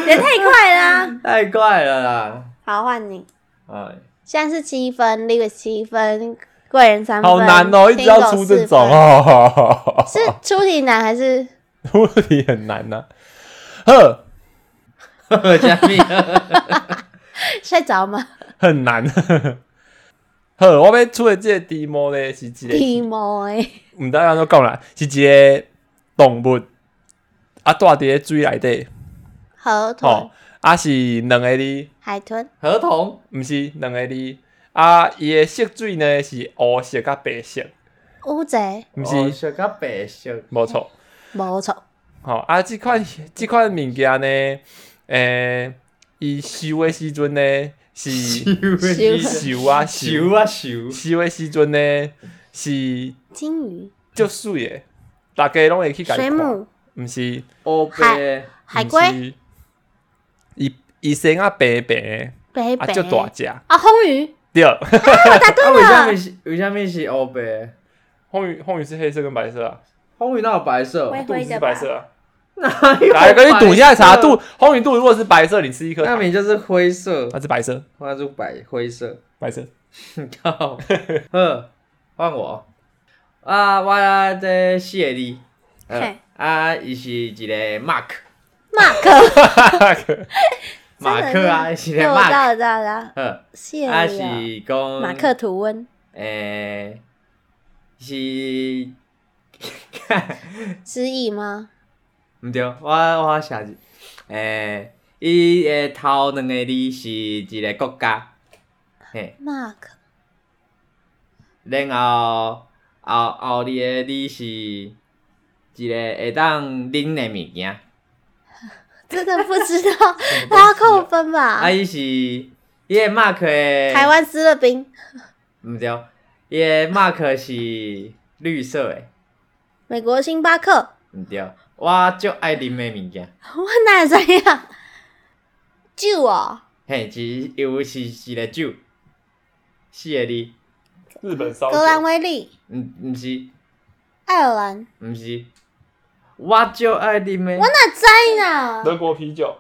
[SPEAKER 2] 也太快啦、
[SPEAKER 3] 太怪了啦！
[SPEAKER 2] 好，换你，
[SPEAKER 3] 哎，
[SPEAKER 1] [laughs]
[SPEAKER 2] 现在是七分，Lewis 七分，贵人三分，
[SPEAKER 1] [laughs] 好难哦，一直要出这种
[SPEAKER 2] 哦。
[SPEAKER 1] 哦，
[SPEAKER 2] 是出题难还是
[SPEAKER 1] 出 [laughs] 题很难呐、呵，
[SPEAKER 3] 加密，
[SPEAKER 2] 睡着吗？
[SPEAKER 1] [laughs] 很难。呵，我要出的这个题目呢是一个，
[SPEAKER 2] 题目诶，
[SPEAKER 1] 毋知安怎讲啦，是一个动物啊，住伫咧水内底，
[SPEAKER 2] 河
[SPEAKER 1] 吼、
[SPEAKER 2] 豚、
[SPEAKER 1] 啊是两个字，
[SPEAKER 2] 海豚、
[SPEAKER 3] 合同
[SPEAKER 1] 毋是两个字，啊伊的色水呢是乌色甲白色，
[SPEAKER 2] 乌贼、
[SPEAKER 1] 毋
[SPEAKER 3] 哦
[SPEAKER 1] 是，
[SPEAKER 3] 小甲白小，
[SPEAKER 1] [laughs] 无错。
[SPEAKER 2] 毛虫、
[SPEAKER 1] 吼、啊，即款即款物件呢，诶、伊收的时阵呢是
[SPEAKER 2] 收
[SPEAKER 1] 收啊
[SPEAKER 3] 修
[SPEAKER 1] 收，
[SPEAKER 3] 啊修，
[SPEAKER 1] 收的时阵呢是
[SPEAKER 2] 金鱼、
[SPEAKER 1] 足水的，大家拢会去甲伊
[SPEAKER 2] 水
[SPEAKER 1] 看，
[SPEAKER 2] 母、
[SPEAKER 1] 毋是
[SPEAKER 3] 哦白
[SPEAKER 2] 海龟、
[SPEAKER 1] 毋是伊伊身啊白白的，
[SPEAKER 2] 北
[SPEAKER 1] 啊
[SPEAKER 2] 北
[SPEAKER 1] 足大只，
[SPEAKER 2] 啊，红鱼，
[SPEAKER 1] 对， [laughs]
[SPEAKER 2] 答
[SPEAKER 3] 啊，
[SPEAKER 2] 对
[SPEAKER 3] 为什
[SPEAKER 2] 了
[SPEAKER 3] 么，是为什么是黑白？
[SPEAKER 1] 红鱼红鱼是黑色跟白色啊，
[SPEAKER 3] 红宇那有白色， [laughs] 哎
[SPEAKER 2] 喂
[SPEAKER 1] 肚子是白色啊，来
[SPEAKER 3] 来
[SPEAKER 1] 跟你赌一下查肚，红鱼肚如果是白色，你吃一颗
[SPEAKER 3] 那
[SPEAKER 1] 糖，
[SPEAKER 3] 名就是灰色，
[SPEAKER 1] 它是白色，
[SPEAKER 3] 那就白灰色。
[SPEAKER 1] 白
[SPEAKER 2] [laughs]
[SPEAKER 1] 色，
[SPEAKER 3] [laughs] 靠，呵，换我啊！我这四个字，呃
[SPEAKER 2] 嘿
[SPEAKER 3] 啊，伊是一个 mark
[SPEAKER 2] 马克，
[SPEAKER 3] 马克啊，是一个
[SPEAKER 2] 对我知
[SPEAKER 3] mark，
[SPEAKER 2] 道，我知道，我知道，
[SPEAKER 3] 呵，
[SPEAKER 2] 谢
[SPEAKER 3] 啊
[SPEAKER 2] 谢你
[SPEAKER 3] 是讲
[SPEAKER 2] 哦。马克，吐温，
[SPEAKER 3] 诶，是，
[SPEAKER 2] 失忆吗？
[SPEAKER 3] 毋对，我我写字，诶，伊诶头两个字是一个国家，嘿，
[SPEAKER 2] 马克，
[SPEAKER 3] 然后后后日诶字是一个会当拎诶物件。
[SPEAKER 2] 真的不知
[SPEAKER 3] [laughs]
[SPEAKER 2] 道，他要扣分吧
[SPEAKER 3] 啊，？伊是伊的 mark 的
[SPEAKER 2] 台，湾斯乐冰，
[SPEAKER 3] 毋对，伊的 mark 是绿色的，
[SPEAKER 2] 美国星巴克，
[SPEAKER 3] 毋对。我足爱啉的物件，
[SPEAKER 2] 我哪怎样？救我！
[SPEAKER 3] 嘿，是又是一个酒，四个字，
[SPEAKER 1] 日本烧酒
[SPEAKER 2] 格兰威利，
[SPEAKER 3] 毋毋是
[SPEAKER 2] 爱尔兰，
[SPEAKER 3] 毋是，我足爱啉的，
[SPEAKER 2] 那在呢？
[SPEAKER 1] 德国啤酒。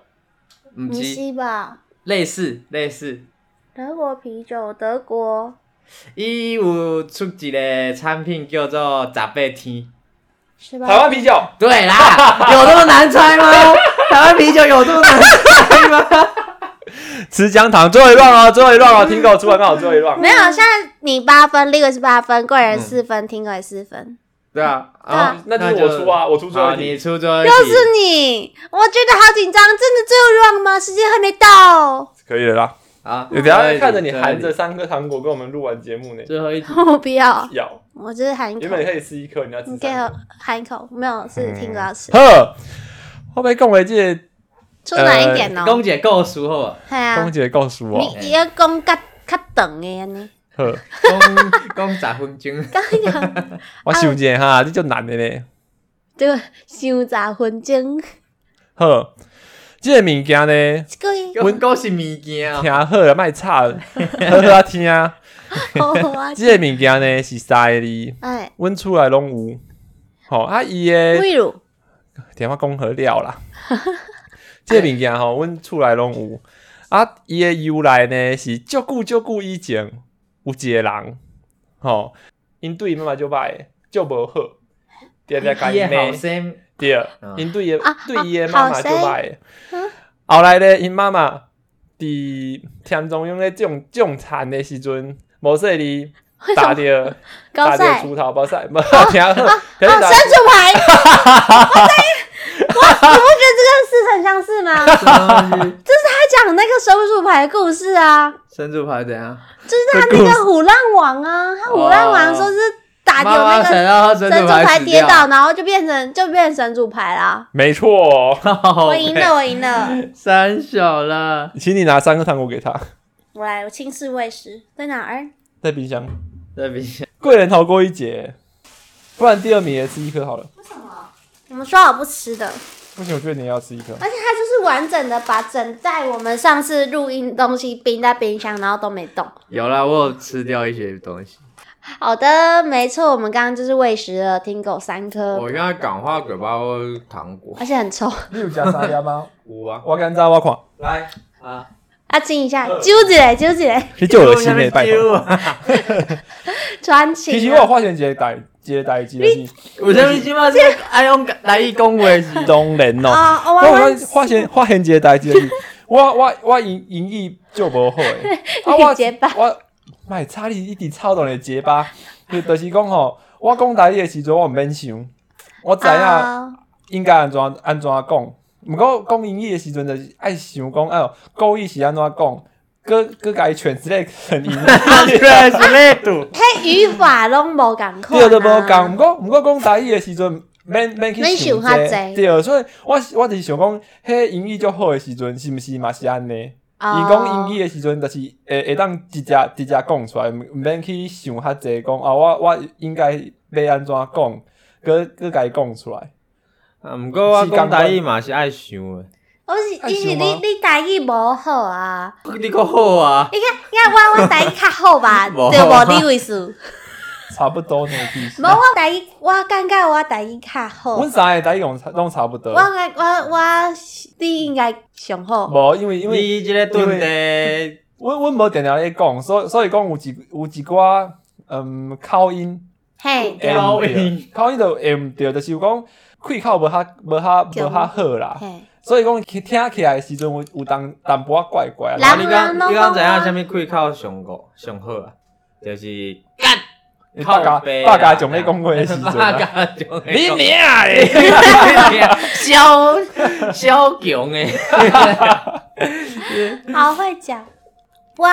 [SPEAKER 3] 毋
[SPEAKER 2] 不
[SPEAKER 3] 是
[SPEAKER 2] 是吧？
[SPEAKER 3] 类似类似，
[SPEAKER 2] 德国啤酒，德国
[SPEAKER 3] 伊有出一个产品叫做十八天。
[SPEAKER 2] 是吧？
[SPEAKER 1] 台湾啤酒，
[SPEAKER 3] 对 [laughs] 啦，有那么难猜吗？台湾啤酒有这么难猜吗？
[SPEAKER 1] 吃姜糖，最后一段哦，最后一段哦，听狗出来刚好最后一段。
[SPEAKER 2] 没有，现在你八分，立伟是八分，贵人
[SPEAKER 3] 嗯
[SPEAKER 2] 四分，听哥也四分，
[SPEAKER 3] 对啊，
[SPEAKER 2] 啊
[SPEAKER 3] 好
[SPEAKER 1] 那就是我出啊，我出最后
[SPEAKER 3] 好，
[SPEAKER 1] 一
[SPEAKER 3] 你
[SPEAKER 1] 题。
[SPEAKER 3] 出最后一
[SPEAKER 2] 又
[SPEAKER 3] 题，
[SPEAKER 2] 是你，我觉得好紧张，真的最后一 round 吗？时间还没到，
[SPEAKER 1] 可以了啦，
[SPEAKER 3] 啊！
[SPEAKER 1] 等一下看着你含着三颗糖果跟我们录完节目呢，
[SPEAKER 3] 最后一题，
[SPEAKER 2] 我不要，
[SPEAKER 1] 咬。
[SPEAKER 2] 我就是喊一
[SPEAKER 1] 原
[SPEAKER 2] 口
[SPEAKER 1] 本你，可以吃一颗，你要吃
[SPEAKER 2] 你给
[SPEAKER 1] 三
[SPEAKER 2] 我
[SPEAKER 1] 颗。
[SPEAKER 2] 喊一口，没有，是听哥要吃，
[SPEAKER 1] 呵，后面讲的这个
[SPEAKER 2] 出难一点哦
[SPEAKER 3] 公，姐够熟后啊，
[SPEAKER 2] 对啊
[SPEAKER 1] 公，姐告诉我，
[SPEAKER 2] 你要讲较较长的安尼，
[SPEAKER 1] 呵，
[SPEAKER 3] 公 [laughs] 公十分 [laughs] 钟，
[SPEAKER 2] 刚刚
[SPEAKER 1] 我想一下
[SPEAKER 3] 啊
[SPEAKER 1] 哈，这就难的呢。
[SPEAKER 2] 对，伤十分钟，
[SPEAKER 1] 呵，这个物件呢，
[SPEAKER 2] 这个
[SPEAKER 3] 阮讲是物件 [laughs] 哦，
[SPEAKER 1] 听好了，卖吵
[SPEAKER 3] [laughs]
[SPEAKER 1] 了，好好听啊。
[SPEAKER 2] 好啊，
[SPEAKER 1] 这个物件呢是三个字，
[SPEAKER 2] 哎，
[SPEAKER 1] 阮厝内拢有。吼，啊伊的。
[SPEAKER 2] 例如
[SPEAKER 1] 电话讲好了
[SPEAKER 3] [laughs]
[SPEAKER 1] 啦。这物件吼，阮厝内拢有。啊，伊的由来呢是足久足久以前有一个人，吼、因对伊妈妈就歹的，就无
[SPEAKER 3] [laughs]
[SPEAKER 1] 好，定定甲
[SPEAKER 3] 伊
[SPEAKER 1] 伊
[SPEAKER 3] 的
[SPEAKER 1] 骂
[SPEAKER 3] 啊好，声，
[SPEAKER 1] 对
[SPEAKER 3] 嗯，
[SPEAKER 1] 因对伊
[SPEAKER 2] 啊
[SPEAKER 1] 对伊的妈
[SPEAKER 2] 啊
[SPEAKER 1] 妈
[SPEAKER 2] 好
[SPEAKER 1] 就
[SPEAKER 2] 生
[SPEAKER 1] 歹的
[SPEAKER 2] 嗯。
[SPEAKER 1] 后来呢，因妈妈伫田中央咧种种田的时阵，无说哩
[SPEAKER 2] 为什
[SPEAKER 1] 打
[SPEAKER 2] 么
[SPEAKER 1] 着
[SPEAKER 2] 高
[SPEAKER 1] 打着
[SPEAKER 2] 赛？
[SPEAKER 1] 锄头包赛，无听好，听
[SPEAKER 2] 哦，
[SPEAKER 1] 打
[SPEAKER 2] 神主牌。我等于我，你不觉得这个似曾相识吗？他
[SPEAKER 3] [laughs]
[SPEAKER 2] 讲那个神主牌的故事啊，
[SPEAKER 3] 神主牌怎样？
[SPEAKER 2] 就是他那个虎烂王啊，他虎烂王说是打
[SPEAKER 3] 妈
[SPEAKER 2] 掉啊那
[SPEAKER 3] 妈
[SPEAKER 2] 个
[SPEAKER 3] 想要
[SPEAKER 2] 神
[SPEAKER 3] 神
[SPEAKER 2] 主
[SPEAKER 3] 牌
[SPEAKER 2] 牌
[SPEAKER 3] 死
[SPEAKER 2] 跌
[SPEAKER 3] 掉，
[SPEAKER 2] 倒，然后就变成就变成神主牌啦。
[SPEAKER 1] 没错，
[SPEAKER 3] [laughs]
[SPEAKER 2] 我赢了，我赢了，
[SPEAKER 3] 三小啦，
[SPEAKER 1] 请你拿三个糖果给他。
[SPEAKER 2] 我来，我亲试喂食在哪儿？嗯
[SPEAKER 1] 在冰箱。
[SPEAKER 3] 这边先
[SPEAKER 1] 贵人逃过一劫，不然第二名也吃一颗好了。
[SPEAKER 2] 为什么？我们说好不吃的，
[SPEAKER 1] 不行，我觉得你也要吃一颗。
[SPEAKER 2] 而且它就是完整的把整袋我们上次录音的东西冰在冰箱，然后都没动。
[SPEAKER 3] 有啦，我有吃掉一些东
[SPEAKER 2] [laughs]
[SPEAKER 3] 西，
[SPEAKER 2] 好的，没错，我们刚刚就是喂食了听狗三颗，
[SPEAKER 3] 我现在讲话嘴巴会糖果，
[SPEAKER 2] 而且很臭。
[SPEAKER 1] 你有加沙鸭吗？
[SPEAKER 3] 有啊，
[SPEAKER 1] 我敢知我看。
[SPEAKER 3] 来啊，
[SPEAKER 2] 要亲一下，揪起来，揪起来，
[SPEAKER 1] 你就恶心嘞，拜托。
[SPEAKER 3] [laughs]
[SPEAKER 2] 传情、啊。
[SPEAKER 1] 其实我有发现一个代一个代志，就是
[SPEAKER 3] [laughs] 有啥物即马说爱用来伊讲话 [laughs] 是？
[SPEAKER 1] 当然咯。
[SPEAKER 2] 哦，我
[SPEAKER 1] 我有
[SPEAKER 2] 我
[SPEAKER 1] 发现发现一个代志，就是我我我英英语就无好
[SPEAKER 2] [laughs]
[SPEAKER 1] 诶，啊我
[SPEAKER 2] 结巴
[SPEAKER 1] 我卖差你一直操到你的结巴，就就是讲吼，我讲台语诶时阵我毋免想，我知影
[SPEAKER 2] 啊
[SPEAKER 1] 应该安怎安怎讲。毋过讲英语诶时阵，就是爱想讲，哎呦，故意是安怎讲，搁搁甲伊 translate 成英语。
[SPEAKER 2] [laughs]
[SPEAKER 3] 对，啊是咧度。
[SPEAKER 2] 迄语法拢无共款。啊
[SPEAKER 1] 对都无共，毋。过毋过讲台语诶时阵，免免去
[SPEAKER 2] 免想
[SPEAKER 1] 这
[SPEAKER 2] 遐济
[SPEAKER 1] 对，所以我是我就是想讲，迄英语足好诶时阵，是毋是嘛是安尼？
[SPEAKER 2] 哦
[SPEAKER 1] 伊讲英
[SPEAKER 2] 语。
[SPEAKER 1] 语诶时阵，就是会会当直接直接讲出来，毋毋免去想遐济，讲啊，我我应该要安怎讲，搁搁甲伊讲出来。
[SPEAKER 4] 啊，毋过我讲台语嘛是爱想诶，
[SPEAKER 2] 我是，
[SPEAKER 1] 爱
[SPEAKER 2] 伊是
[SPEAKER 1] 想
[SPEAKER 3] 啊
[SPEAKER 2] 你
[SPEAKER 1] 吗
[SPEAKER 2] 你台语无好啊。
[SPEAKER 3] 你个好啊！
[SPEAKER 2] 你看，你看我我台语较好吧？
[SPEAKER 3] [laughs] 无好
[SPEAKER 2] 对无？你意
[SPEAKER 3] [laughs]
[SPEAKER 2] 思？
[SPEAKER 1] 差不多那个意思
[SPEAKER 2] 无我台语，我感觉我台语较好。
[SPEAKER 1] 阮
[SPEAKER 2] 我
[SPEAKER 1] 三个台语拢差拢差不多，
[SPEAKER 2] 我我我，你应该上好。
[SPEAKER 1] 无因为因为
[SPEAKER 3] 你即个蹲地，
[SPEAKER 1] 阮阮无定定咧讲，所以所以讲有一有一寡嗯口音。
[SPEAKER 2] 嘿，对啊
[SPEAKER 1] 会唔
[SPEAKER 3] 口
[SPEAKER 1] 对啊
[SPEAKER 3] 音，
[SPEAKER 1] 口音就会毋对，就是有讲开口无较无较无较好啦，
[SPEAKER 2] 嘿，
[SPEAKER 1] 所以讲去听起来的时阵有有当淡薄仔怪怪
[SPEAKER 2] 人
[SPEAKER 1] 啊。
[SPEAKER 4] 啊你讲你讲知影啥物开口上过上好啊？就是
[SPEAKER 1] 你大
[SPEAKER 4] 靠
[SPEAKER 1] 家
[SPEAKER 4] 背
[SPEAKER 1] 大
[SPEAKER 4] 啊
[SPEAKER 1] 家从咧讲话的时阵
[SPEAKER 3] [laughs] 大
[SPEAKER 1] 啊，
[SPEAKER 3] 家就
[SPEAKER 4] 你
[SPEAKER 3] 你
[SPEAKER 4] 娘诶！
[SPEAKER 3] 小小强诶，
[SPEAKER 2] 好会讲。我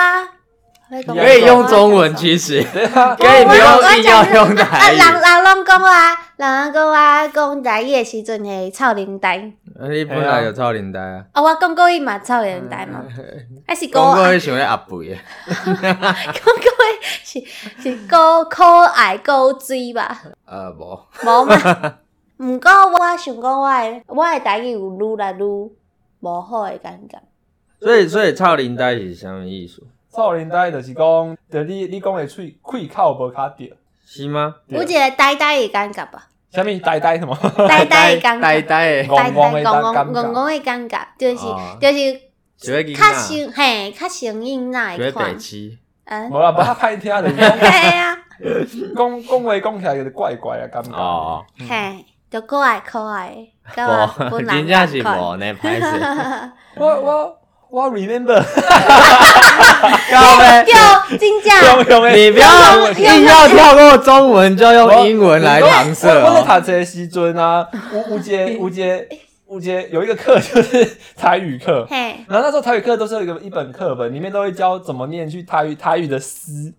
[SPEAKER 2] 会讲。
[SPEAKER 3] 可以用中文，
[SPEAKER 4] [laughs]
[SPEAKER 3] 其实可以不用一定要用
[SPEAKER 2] 啊，
[SPEAKER 3] 台
[SPEAKER 2] 人
[SPEAKER 3] 语。
[SPEAKER 2] 人拢讲我，人讲我讲台语的时阵会臭脸蛋，
[SPEAKER 4] 你本来就臭年代啊，
[SPEAKER 2] 啊，我讲国语嘛臭脸蛋
[SPEAKER 3] 嗯
[SPEAKER 2] 嘛，还是
[SPEAKER 3] 讲
[SPEAKER 2] 国
[SPEAKER 3] 过
[SPEAKER 2] 爱， [laughs]
[SPEAKER 3] 会想咧阿肥诶，
[SPEAKER 2] 讲国语是是国可爱国水吧？
[SPEAKER 3] 呃无，
[SPEAKER 2] 无嘛。毋过我想讲我的我的台语有愈来愈无好的感觉。
[SPEAKER 4] 所以所以臭年代是啥物意思？
[SPEAKER 1] 少年代就是讲，就你你讲的喙开口无较对，
[SPEAKER 4] 是吗？
[SPEAKER 1] 对
[SPEAKER 2] 有一个呆呆的感觉吧，
[SPEAKER 1] 啥物呆呆什么， [laughs]
[SPEAKER 2] 呆呆的感
[SPEAKER 3] 呆
[SPEAKER 2] 觉，
[SPEAKER 3] 呆
[SPEAKER 2] 呆
[SPEAKER 3] 诶，
[SPEAKER 2] 呆
[SPEAKER 1] 戆戆的
[SPEAKER 2] 戆
[SPEAKER 1] 感
[SPEAKER 2] 戆戆
[SPEAKER 1] 觉。
[SPEAKER 2] 戆的感觉，就是
[SPEAKER 4] 哦
[SPEAKER 2] 就是
[SPEAKER 4] 就会
[SPEAKER 2] 较像嘿，较像囡仔
[SPEAKER 4] 就会
[SPEAKER 2] 的款
[SPEAKER 4] 白，痴。
[SPEAKER 2] 嗯，
[SPEAKER 1] 无啦，无较歹听，就是讲
[SPEAKER 2] 嘿啊，
[SPEAKER 1] 讲讲话讲起来就是怪怪的感觉。
[SPEAKER 4] 哦，
[SPEAKER 2] 嘿，就可爱可爱的，跟我
[SPEAKER 4] 无，
[SPEAKER 2] 本人
[SPEAKER 4] 真正是
[SPEAKER 2] 同款
[SPEAKER 4] 无呢，歹势。
[SPEAKER 1] 我我我 remember， [laughs]
[SPEAKER 3] 高呗。 [laughs]
[SPEAKER 2] 对，真正
[SPEAKER 1] 用用的
[SPEAKER 3] 你不要硬要跳过中文，就用英文来搪塞
[SPEAKER 1] 我我在
[SPEAKER 3] 哦。
[SPEAKER 1] 读册的时阵啊，有有节有节有节有一个课就是台语课，
[SPEAKER 2] 嘿，
[SPEAKER 1] 然后那时候台语课都是有一个一本课本，里面都会教怎么念去台语台语的诗。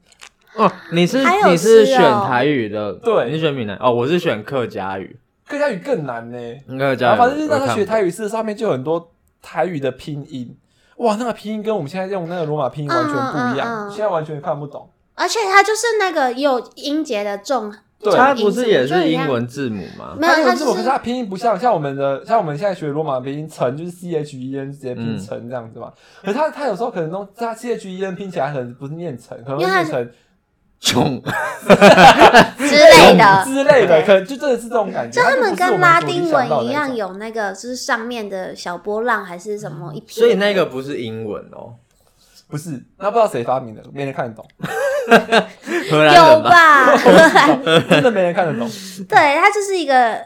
[SPEAKER 4] 哦，你是
[SPEAKER 2] 还有
[SPEAKER 4] 你是
[SPEAKER 2] 是
[SPEAKER 4] 选
[SPEAKER 2] 哦
[SPEAKER 4] 台语的，
[SPEAKER 1] 对
[SPEAKER 4] 你是选闽南哦，我是选客家语，
[SPEAKER 1] 客家语更难呢、
[SPEAKER 4] 客家
[SPEAKER 1] 然
[SPEAKER 4] 语。
[SPEAKER 1] 后反正就是那时候学台
[SPEAKER 4] 语，
[SPEAKER 1] 语是上面就有很多台语的拼音，哇，那个拼音跟我们现在用那个罗马拼音完全不一
[SPEAKER 2] 嗯嗯
[SPEAKER 1] 样，
[SPEAKER 2] 嗯
[SPEAKER 1] 现在完全看不懂。
[SPEAKER 2] 而且它就是那个有音节的重，
[SPEAKER 1] 对，
[SPEAKER 4] 它不是也是英文字母吗？
[SPEAKER 2] 没有，
[SPEAKER 1] 那
[SPEAKER 2] 它
[SPEAKER 1] 个字母，可
[SPEAKER 2] 就是
[SPEAKER 1] 是它拼音不像像我们的，像我们现在学罗马拼音成就是 C H E N 直接拼
[SPEAKER 4] 嗯
[SPEAKER 1] 成这样子嘛。可是它它有时候可能弄它 C H E N 拼起来很不是念成，可能会
[SPEAKER 2] 因为它
[SPEAKER 1] 念成
[SPEAKER 4] 穷， [laughs]
[SPEAKER 2] 之类的，
[SPEAKER 1] 之类的，可能就真的是这种感觉。
[SPEAKER 2] 就他们
[SPEAKER 1] 它不是我
[SPEAKER 2] 跟拉
[SPEAKER 1] 所
[SPEAKER 2] 丁
[SPEAKER 1] 理想到
[SPEAKER 2] 文
[SPEAKER 1] 的
[SPEAKER 2] 一
[SPEAKER 1] 那
[SPEAKER 2] 样
[SPEAKER 1] 种，
[SPEAKER 2] 有那个，就是上面的小波浪还是什么一撇。
[SPEAKER 4] 所以那个不是英文哦，
[SPEAKER 1] 不是？那不知道谁发明的，没人看得懂，
[SPEAKER 4] 荷兰
[SPEAKER 2] 有
[SPEAKER 4] 人吧？ [laughs]
[SPEAKER 2] 吧？哎
[SPEAKER 1] 真的没人看得懂。
[SPEAKER 2] 对，它就是一个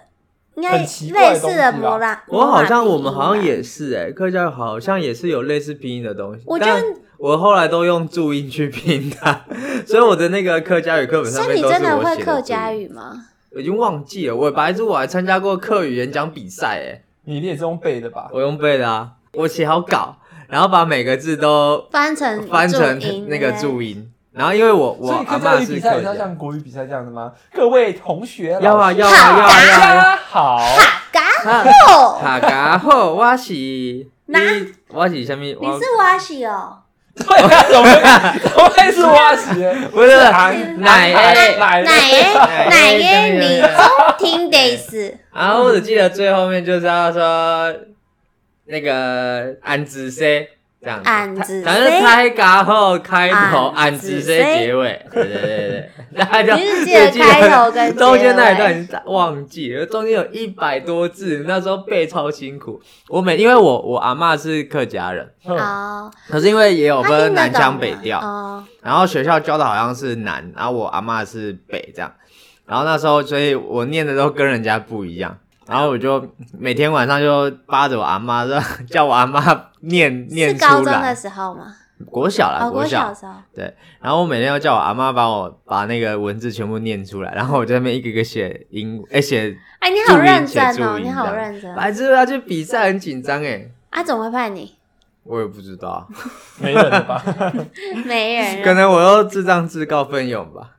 [SPEAKER 2] 应该
[SPEAKER 1] 很奇怪
[SPEAKER 2] 类
[SPEAKER 1] 的东
[SPEAKER 2] 似
[SPEAKER 1] 西啦
[SPEAKER 2] 的摩拉。
[SPEAKER 4] 啊我好像
[SPEAKER 2] 摩拉
[SPEAKER 4] 我们好像
[SPEAKER 2] 比吧，
[SPEAKER 4] 也是哎，客家语好像也是有类似拼音的东西，
[SPEAKER 2] 我觉得
[SPEAKER 4] 但我后来都用注音去拼它，所以我的那个客家语课本上
[SPEAKER 2] 所以
[SPEAKER 4] 面
[SPEAKER 2] 你
[SPEAKER 4] 都是
[SPEAKER 2] 真的
[SPEAKER 4] 我
[SPEAKER 2] 会
[SPEAKER 4] 写
[SPEAKER 2] 客家
[SPEAKER 4] 注音，
[SPEAKER 2] 语吗？
[SPEAKER 4] 我已经忘记了。我白日我还参加过客语演讲比赛哎，
[SPEAKER 1] 你一定也是用背的吧？
[SPEAKER 4] 我用背的啊，我写好稿，然后把每个字都
[SPEAKER 2] 翻成
[SPEAKER 4] 翻成
[SPEAKER 2] 注音
[SPEAKER 4] 那个
[SPEAKER 2] 对
[SPEAKER 4] 注音，然后因为我我
[SPEAKER 1] 所以
[SPEAKER 4] 阿
[SPEAKER 1] 客家
[SPEAKER 4] 妈
[SPEAKER 1] 语
[SPEAKER 4] 是
[SPEAKER 1] 比赛
[SPEAKER 4] 客
[SPEAKER 1] 也是要
[SPEAKER 4] 家，
[SPEAKER 1] 像国语比赛这样子吗？各位同学，
[SPEAKER 4] 要
[SPEAKER 1] 老
[SPEAKER 4] 啊
[SPEAKER 1] 师
[SPEAKER 4] 要啊
[SPEAKER 2] 好
[SPEAKER 4] 要啊要啊，
[SPEAKER 1] 大家好， [laughs]
[SPEAKER 2] 哈嘎
[SPEAKER 4] 哈
[SPEAKER 2] 吼，
[SPEAKER 4] 大家好，我是
[SPEAKER 2] 哪
[SPEAKER 4] 你，我是什么？
[SPEAKER 2] 你
[SPEAKER 4] 我
[SPEAKER 2] 是瓦西
[SPEAKER 4] [laughs]
[SPEAKER 2] 哦，
[SPEAKER 1] 对啊，怎么会怎么会是蛙鞋？
[SPEAKER 4] 不
[SPEAKER 1] [laughs]
[SPEAKER 4] 是
[SPEAKER 1] 韩
[SPEAKER 4] 奶奶哎
[SPEAKER 1] 奶
[SPEAKER 2] 奶耶奶耶，
[SPEAKER 4] 奶
[SPEAKER 2] 你
[SPEAKER 4] 耶
[SPEAKER 2] 中听得是
[SPEAKER 3] 啊
[SPEAKER 4] 然后我只记得最后面就是要说那个安子 C，
[SPEAKER 5] 这样子。
[SPEAKER 2] 案子
[SPEAKER 3] 咱是
[SPEAKER 2] 谁？
[SPEAKER 3] 开嘎后开头，
[SPEAKER 2] 俺
[SPEAKER 3] 俺
[SPEAKER 2] 子
[SPEAKER 3] 子
[SPEAKER 2] 谁
[SPEAKER 3] 谁结尾？对对对
[SPEAKER 2] [laughs]
[SPEAKER 3] 对，大家
[SPEAKER 2] 你是记得开头跟
[SPEAKER 3] 中间那
[SPEAKER 2] 结
[SPEAKER 3] 一
[SPEAKER 2] 尾
[SPEAKER 3] 段已经忘记了，中间有一百多字，那时候背超辛苦。我每因为我我阿嬷是客家人，
[SPEAKER 2] 哦，
[SPEAKER 3] 可是因为也有
[SPEAKER 2] 他听
[SPEAKER 3] 分
[SPEAKER 2] 得
[SPEAKER 3] 南腔
[SPEAKER 2] 懂
[SPEAKER 3] 北
[SPEAKER 2] 吗
[SPEAKER 3] 调，
[SPEAKER 2] 哦，
[SPEAKER 3] 然后学校教的好像是南，然后我阿嬷是北这样，然后那时候所以我念的都跟人家不一样，然后我就每天晚上就扒着我阿妈说 [laughs] 叫我阿妈念
[SPEAKER 2] 是
[SPEAKER 3] 念出
[SPEAKER 2] 高中的
[SPEAKER 3] 来，
[SPEAKER 2] 时候吗？
[SPEAKER 3] 国小啦、
[SPEAKER 2] 哦，国小
[SPEAKER 3] 小
[SPEAKER 2] 的，时候，
[SPEAKER 3] 然后我每天要叫我阿妈帮我把那个文字全部念出来，然后我就在那边一个一个写英，哎写
[SPEAKER 2] 哎，你好
[SPEAKER 3] 注音
[SPEAKER 2] 认
[SPEAKER 3] 写
[SPEAKER 2] 真
[SPEAKER 3] 注
[SPEAKER 2] 哦，
[SPEAKER 3] 音
[SPEAKER 2] 你好
[SPEAKER 3] 的
[SPEAKER 2] 认真。
[SPEAKER 3] 白痴要去比赛很紧张哎，
[SPEAKER 2] 啊，怎么会派
[SPEAKER 3] [laughs]
[SPEAKER 2] 你？
[SPEAKER 3] 我也不知道啊，
[SPEAKER 1] 没人了 [laughs] 吧？
[SPEAKER 2] 没人啊
[SPEAKER 3] 可
[SPEAKER 2] 了。
[SPEAKER 3] 能我又自障自告奋勇吧，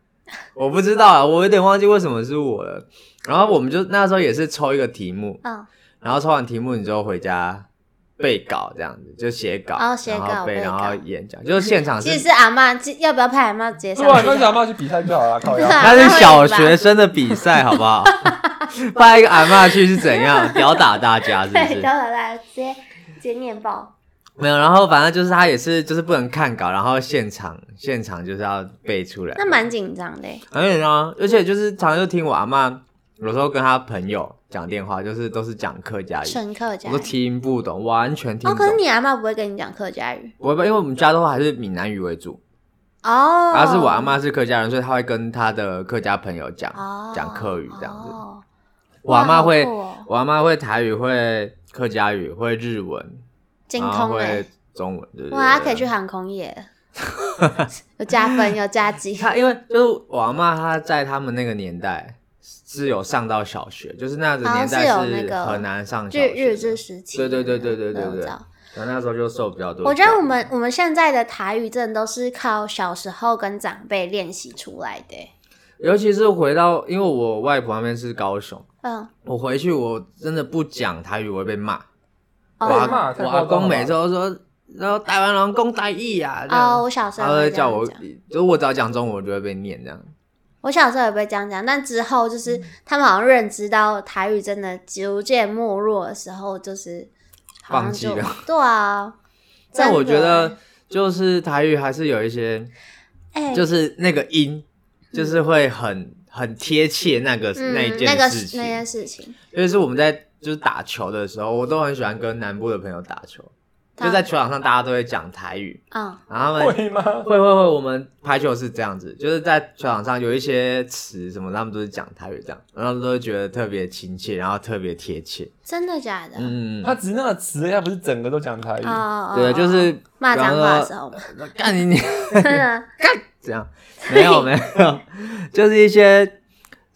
[SPEAKER 3] 我不知道啊，我有点忘记为什么是我了。然后我们就那时候也是抽一个题目，
[SPEAKER 2] 嗯，
[SPEAKER 3] 然后抽完题目你就回家背稿这样子，就写稿，
[SPEAKER 2] 哦写稿
[SPEAKER 3] 然后背，
[SPEAKER 2] 背稿
[SPEAKER 3] 然后演讲，就是现场
[SPEAKER 2] 其实
[SPEAKER 3] 是
[SPEAKER 2] 是阿妈，其要不要派阿妈直接上
[SPEAKER 1] 对啊，
[SPEAKER 2] 去
[SPEAKER 1] 那就阿妈去比赛就好了，靠腰。
[SPEAKER 3] 那是小学生的比赛，好不好？
[SPEAKER 2] [laughs]
[SPEAKER 3] 派一个阿嬷去是怎样吊打大家，是
[SPEAKER 2] [laughs]
[SPEAKER 3] 不
[SPEAKER 2] 对，
[SPEAKER 3] 是
[SPEAKER 2] 等？等来直接直接念报。
[SPEAKER 3] 没有，然后反正就是他也是就是不能看稿，然后现场现场就是要背出来。
[SPEAKER 2] 那蛮紧张的欸。
[SPEAKER 3] 很远啊，而且就是常常就听我阿嬷，有时候跟她朋友讲电话，就是都是讲客家语，
[SPEAKER 2] 纯客家
[SPEAKER 3] 我
[SPEAKER 2] 语
[SPEAKER 3] 都听不懂，完全听
[SPEAKER 2] 哦，
[SPEAKER 3] 不懂。
[SPEAKER 2] 可是你阿妈不会跟你讲客家语
[SPEAKER 3] 我因为我们家都还是闽南语为主，
[SPEAKER 2] 哦。
[SPEAKER 3] 然后啊是我阿嬷是客家人，所以她会跟她的客家朋友讲、
[SPEAKER 2] 哦
[SPEAKER 3] 讲客语这样子。
[SPEAKER 2] 哦
[SPEAKER 3] 我阿嬷会，
[SPEAKER 2] 哇好酷哦
[SPEAKER 3] 我阿嬷会台语，会客家语，会日文，
[SPEAKER 2] 精
[SPEAKER 3] 然后
[SPEAKER 2] 通哎
[SPEAKER 3] 会，中文，对对
[SPEAKER 2] 哇，
[SPEAKER 3] 对
[SPEAKER 2] 她可以去航空业 [laughs] 了，有加
[SPEAKER 3] [laughs]
[SPEAKER 2] 分有加级。
[SPEAKER 3] 他因为就是我阿妈，她在他们那个年代是有上到小学，就是那个年代
[SPEAKER 2] 好啊像是有那个
[SPEAKER 3] 很难上小
[SPEAKER 2] 日
[SPEAKER 3] 学的。
[SPEAKER 2] 日治时期，
[SPEAKER 3] 对对对对对对
[SPEAKER 2] 我知
[SPEAKER 3] 对
[SPEAKER 2] 道
[SPEAKER 3] 然后那时候就受比较多。
[SPEAKER 2] 我觉得我们我们现在的台语真的都是靠小时候跟长辈练习出来的欸。
[SPEAKER 3] 尤其是回到，因为我外婆那边是高雄，
[SPEAKER 2] 嗯，
[SPEAKER 3] 我回去我真的不讲台语，我会被骂。
[SPEAKER 2] 哦
[SPEAKER 3] 我阿
[SPEAKER 1] 骂太
[SPEAKER 3] 我
[SPEAKER 1] 夸张了
[SPEAKER 3] 阿公
[SPEAKER 1] 吧
[SPEAKER 3] 每次都说，然后台湾人讲台语啊，这
[SPEAKER 2] 哦，
[SPEAKER 3] 样
[SPEAKER 2] 我小时
[SPEAKER 3] 他
[SPEAKER 2] 候会
[SPEAKER 3] 会
[SPEAKER 2] 这
[SPEAKER 3] 叫
[SPEAKER 2] 样
[SPEAKER 3] 我
[SPEAKER 2] 讲，
[SPEAKER 3] 就是我只要讲中文，我就会被念这样。
[SPEAKER 2] 我小时候也不会这样讲，但之后就是
[SPEAKER 3] 嗯
[SPEAKER 2] 他们好像认知到台语真的逐渐没落的时候，就是好像就
[SPEAKER 3] 放弃了。
[SPEAKER 2] 对啊，
[SPEAKER 3] 但我
[SPEAKER 2] 真
[SPEAKER 3] 觉
[SPEAKER 2] 的
[SPEAKER 3] 得就是台语还是有一些。
[SPEAKER 2] 哎、
[SPEAKER 3] 就是那个音，就是会很很贴切那个、
[SPEAKER 2] 嗯，
[SPEAKER 3] 那
[SPEAKER 2] 那
[SPEAKER 3] 一
[SPEAKER 2] 那
[SPEAKER 3] 件
[SPEAKER 2] 个
[SPEAKER 3] 事情。
[SPEAKER 2] 那件事情，
[SPEAKER 3] 尤其是我们在就是打球的时候，我都很喜欢跟南部的朋友打球，
[SPEAKER 2] 他
[SPEAKER 3] 就在球场上大家都会讲台语，
[SPEAKER 2] 嗯，
[SPEAKER 3] 然后他们。
[SPEAKER 1] 会吗？
[SPEAKER 3] 会会会，我们排球是这样子，就是在球场上有一些词什么，他们都是讲台语这样，然后他们都会觉得特别亲切，然后特别贴切。
[SPEAKER 2] 真的假的？
[SPEAKER 3] 嗯，
[SPEAKER 1] 他只是那个词，他不是整个都讲台语。
[SPEAKER 2] 哦，
[SPEAKER 3] 对，就
[SPEAKER 2] 哦 [laughs]
[SPEAKER 3] 是
[SPEAKER 2] 骂
[SPEAKER 3] 比方
[SPEAKER 2] 脏话的
[SPEAKER 3] 说
[SPEAKER 2] 时候嘛，
[SPEAKER 3] 干你你
[SPEAKER 2] 真
[SPEAKER 3] [laughs]
[SPEAKER 2] 的
[SPEAKER 3] 这样没有没有，就是一些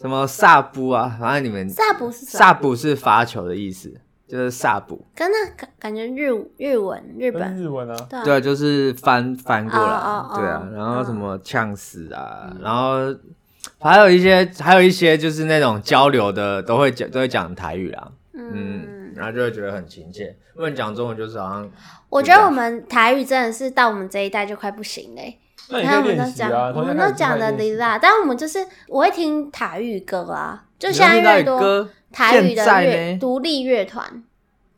[SPEAKER 3] 什么萨布啊，反正你们
[SPEAKER 2] 萨布是什么？
[SPEAKER 3] 萨布是发球的意思，就是萨布，
[SPEAKER 2] 跟那感感觉日日文日
[SPEAKER 1] 跟
[SPEAKER 2] 本
[SPEAKER 1] 日文啊，
[SPEAKER 2] 对啊
[SPEAKER 3] 嗯对，就是翻翻过来，
[SPEAKER 2] 哦哦哦
[SPEAKER 3] 对啊，然后
[SPEAKER 2] 嗯
[SPEAKER 3] 什么呛死啊，然后还有一些还有一些就是那种交流的都会讲都会讲台语啦，嗯，
[SPEAKER 2] 嗯，
[SPEAKER 3] 然后就会觉得很亲切，不然讲中文就是好像
[SPEAKER 2] 我
[SPEAKER 3] 就
[SPEAKER 2] 觉
[SPEAKER 3] 这
[SPEAKER 2] 得我
[SPEAKER 3] 样
[SPEAKER 2] 们台语真的是到我们这一代就快不行嘞、
[SPEAKER 1] 那
[SPEAKER 2] 你
[SPEAKER 1] 你
[SPEAKER 2] 看
[SPEAKER 1] 可
[SPEAKER 2] 我
[SPEAKER 1] 以
[SPEAKER 2] 们
[SPEAKER 1] 练
[SPEAKER 2] 都
[SPEAKER 1] 习
[SPEAKER 2] 讲，
[SPEAKER 1] 啊。
[SPEAKER 2] 我
[SPEAKER 1] 从现
[SPEAKER 2] 们
[SPEAKER 1] 在开
[SPEAKER 2] 都
[SPEAKER 1] 始
[SPEAKER 2] 讲的
[SPEAKER 1] 练习
[SPEAKER 2] 离啦，但我们就是我会听台语歌啊，就
[SPEAKER 3] 你
[SPEAKER 2] 现在
[SPEAKER 3] 要
[SPEAKER 2] 越
[SPEAKER 3] 听到
[SPEAKER 2] 多
[SPEAKER 3] 歌
[SPEAKER 2] 台语
[SPEAKER 3] 现
[SPEAKER 2] 的
[SPEAKER 3] 在
[SPEAKER 2] 乐
[SPEAKER 3] 呢
[SPEAKER 2] 独立乐团，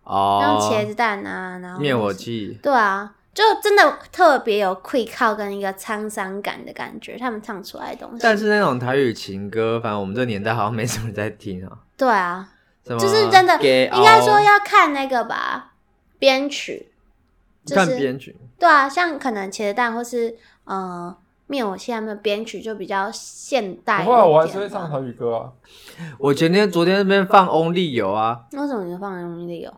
[SPEAKER 2] 像茄
[SPEAKER 3] 哦，
[SPEAKER 2] 子蛋啊，然后
[SPEAKER 3] 灭火器。
[SPEAKER 2] 对啊，就真的特别有愧靠跟一个沧桑感的感觉，他们唱出来的东西。
[SPEAKER 3] 但是那种台语情歌，反正我们这年代好像没什么在听啊。
[SPEAKER 2] 对啊，
[SPEAKER 3] 什么
[SPEAKER 2] 就是真的，
[SPEAKER 3] 给
[SPEAKER 2] 应该说
[SPEAKER 3] 熬
[SPEAKER 2] 要看那个吧，编曲，就
[SPEAKER 3] 看
[SPEAKER 2] 是
[SPEAKER 3] 编曲，
[SPEAKER 2] 对啊，像可能茄子蛋或是呃灭火器他们编曲就比较现代一
[SPEAKER 1] 不会啊，我还是
[SPEAKER 2] 点
[SPEAKER 1] 会唱
[SPEAKER 2] 吧
[SPEAKER 1] 台语歌啊。
[SPEAKER 3] 我前天昨天那边放 Only 有啊，
[SPEAKER 2] 那为什么你放容易理由？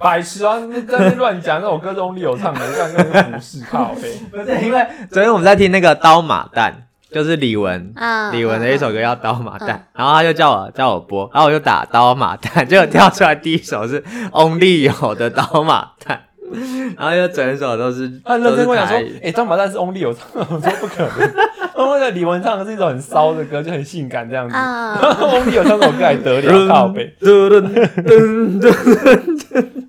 [SPEAKER 1] 白痴啊，你在那边乱讲，那首歌中里有唱的，干根本就不是
[SPEAKER 2] [laughs]
[SPEAKER 1] 靠呗。
[SPEAKER 3] 不是因为 [laughs] 昨天我们在听那个刀马旦，就是李玟。
[SPEAKER 2] 啊，
[SPEAKER 3] 李玟的一首歌叫《刀马旦》
[SPEAKER 2] 嗯
[SPEAKER 3] 然后他就叫我叫我播，然后我就打《刀马旦》， [laughs] 结果跳出来第一首是 Only 有的《刀马旦》， [laughs] 然后就整首都是
[SPEAKER 1] 他很认
[SPEAKER 3] 都
[SPEAKER 1] 真
[SPEAKER 3] 是
[SPEAKER 1] 跟我讲说
[SPEAKER 3] 台语，
[SPEAKER 1] 哎，张马蛋是 Only 有唱，我说不可能。我说李玟唱的是一首很骚的歌，就很性感这样子。
[SPEAKER 2] 啊，
[SPEAKER 1] [laughs] Only 有唱这首歌还得了靠呗？
[SPEAKER 3] 嘟嘟嘟嘟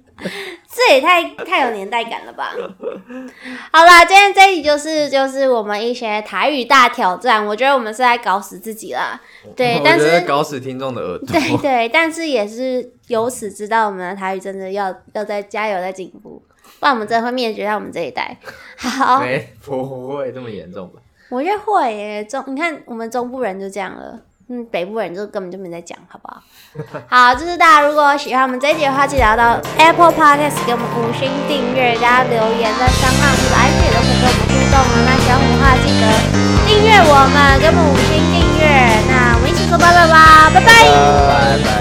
[SPEAKER 2] 这也太太有年代感了吧！ [laughs] 好啦，今天这一集就是就是我们一些台语大挑战，我觉得我们是在搞死自己啦。对，
[SPEAKER 3] [laughs] 我
[SPEAKER 2] 但
[SPEAKER 3] 觉得
[SPEAKER 2] 是
[SPEAKER 3] 搞死听众的 [laughs] 耳朵。
[SPEAKER 2] 对对，但是也是由此知道我们的台语真的要要再加油再进步。不然我们真的会灭绝在我们这一代。好，
[SPEAKER 4] 没不会这么严重吧？
[SPEAKER 2] 我觉得会耶，中你看我们中部人就这样了，嗯，北部人就根本就没在讲，好不好？好，就是大家如果喜欢我们这一集的话，记得要到 Apple Podcast 给我们五星订阅，大家留言在商浪或者 IG 也都可以跟我们互动哦。那喜欢我们的话，记得订阅我们，给我们五星订阅。那我们一起说拜拜吧，拜拜。
[SPEAKER 4] 拜拜。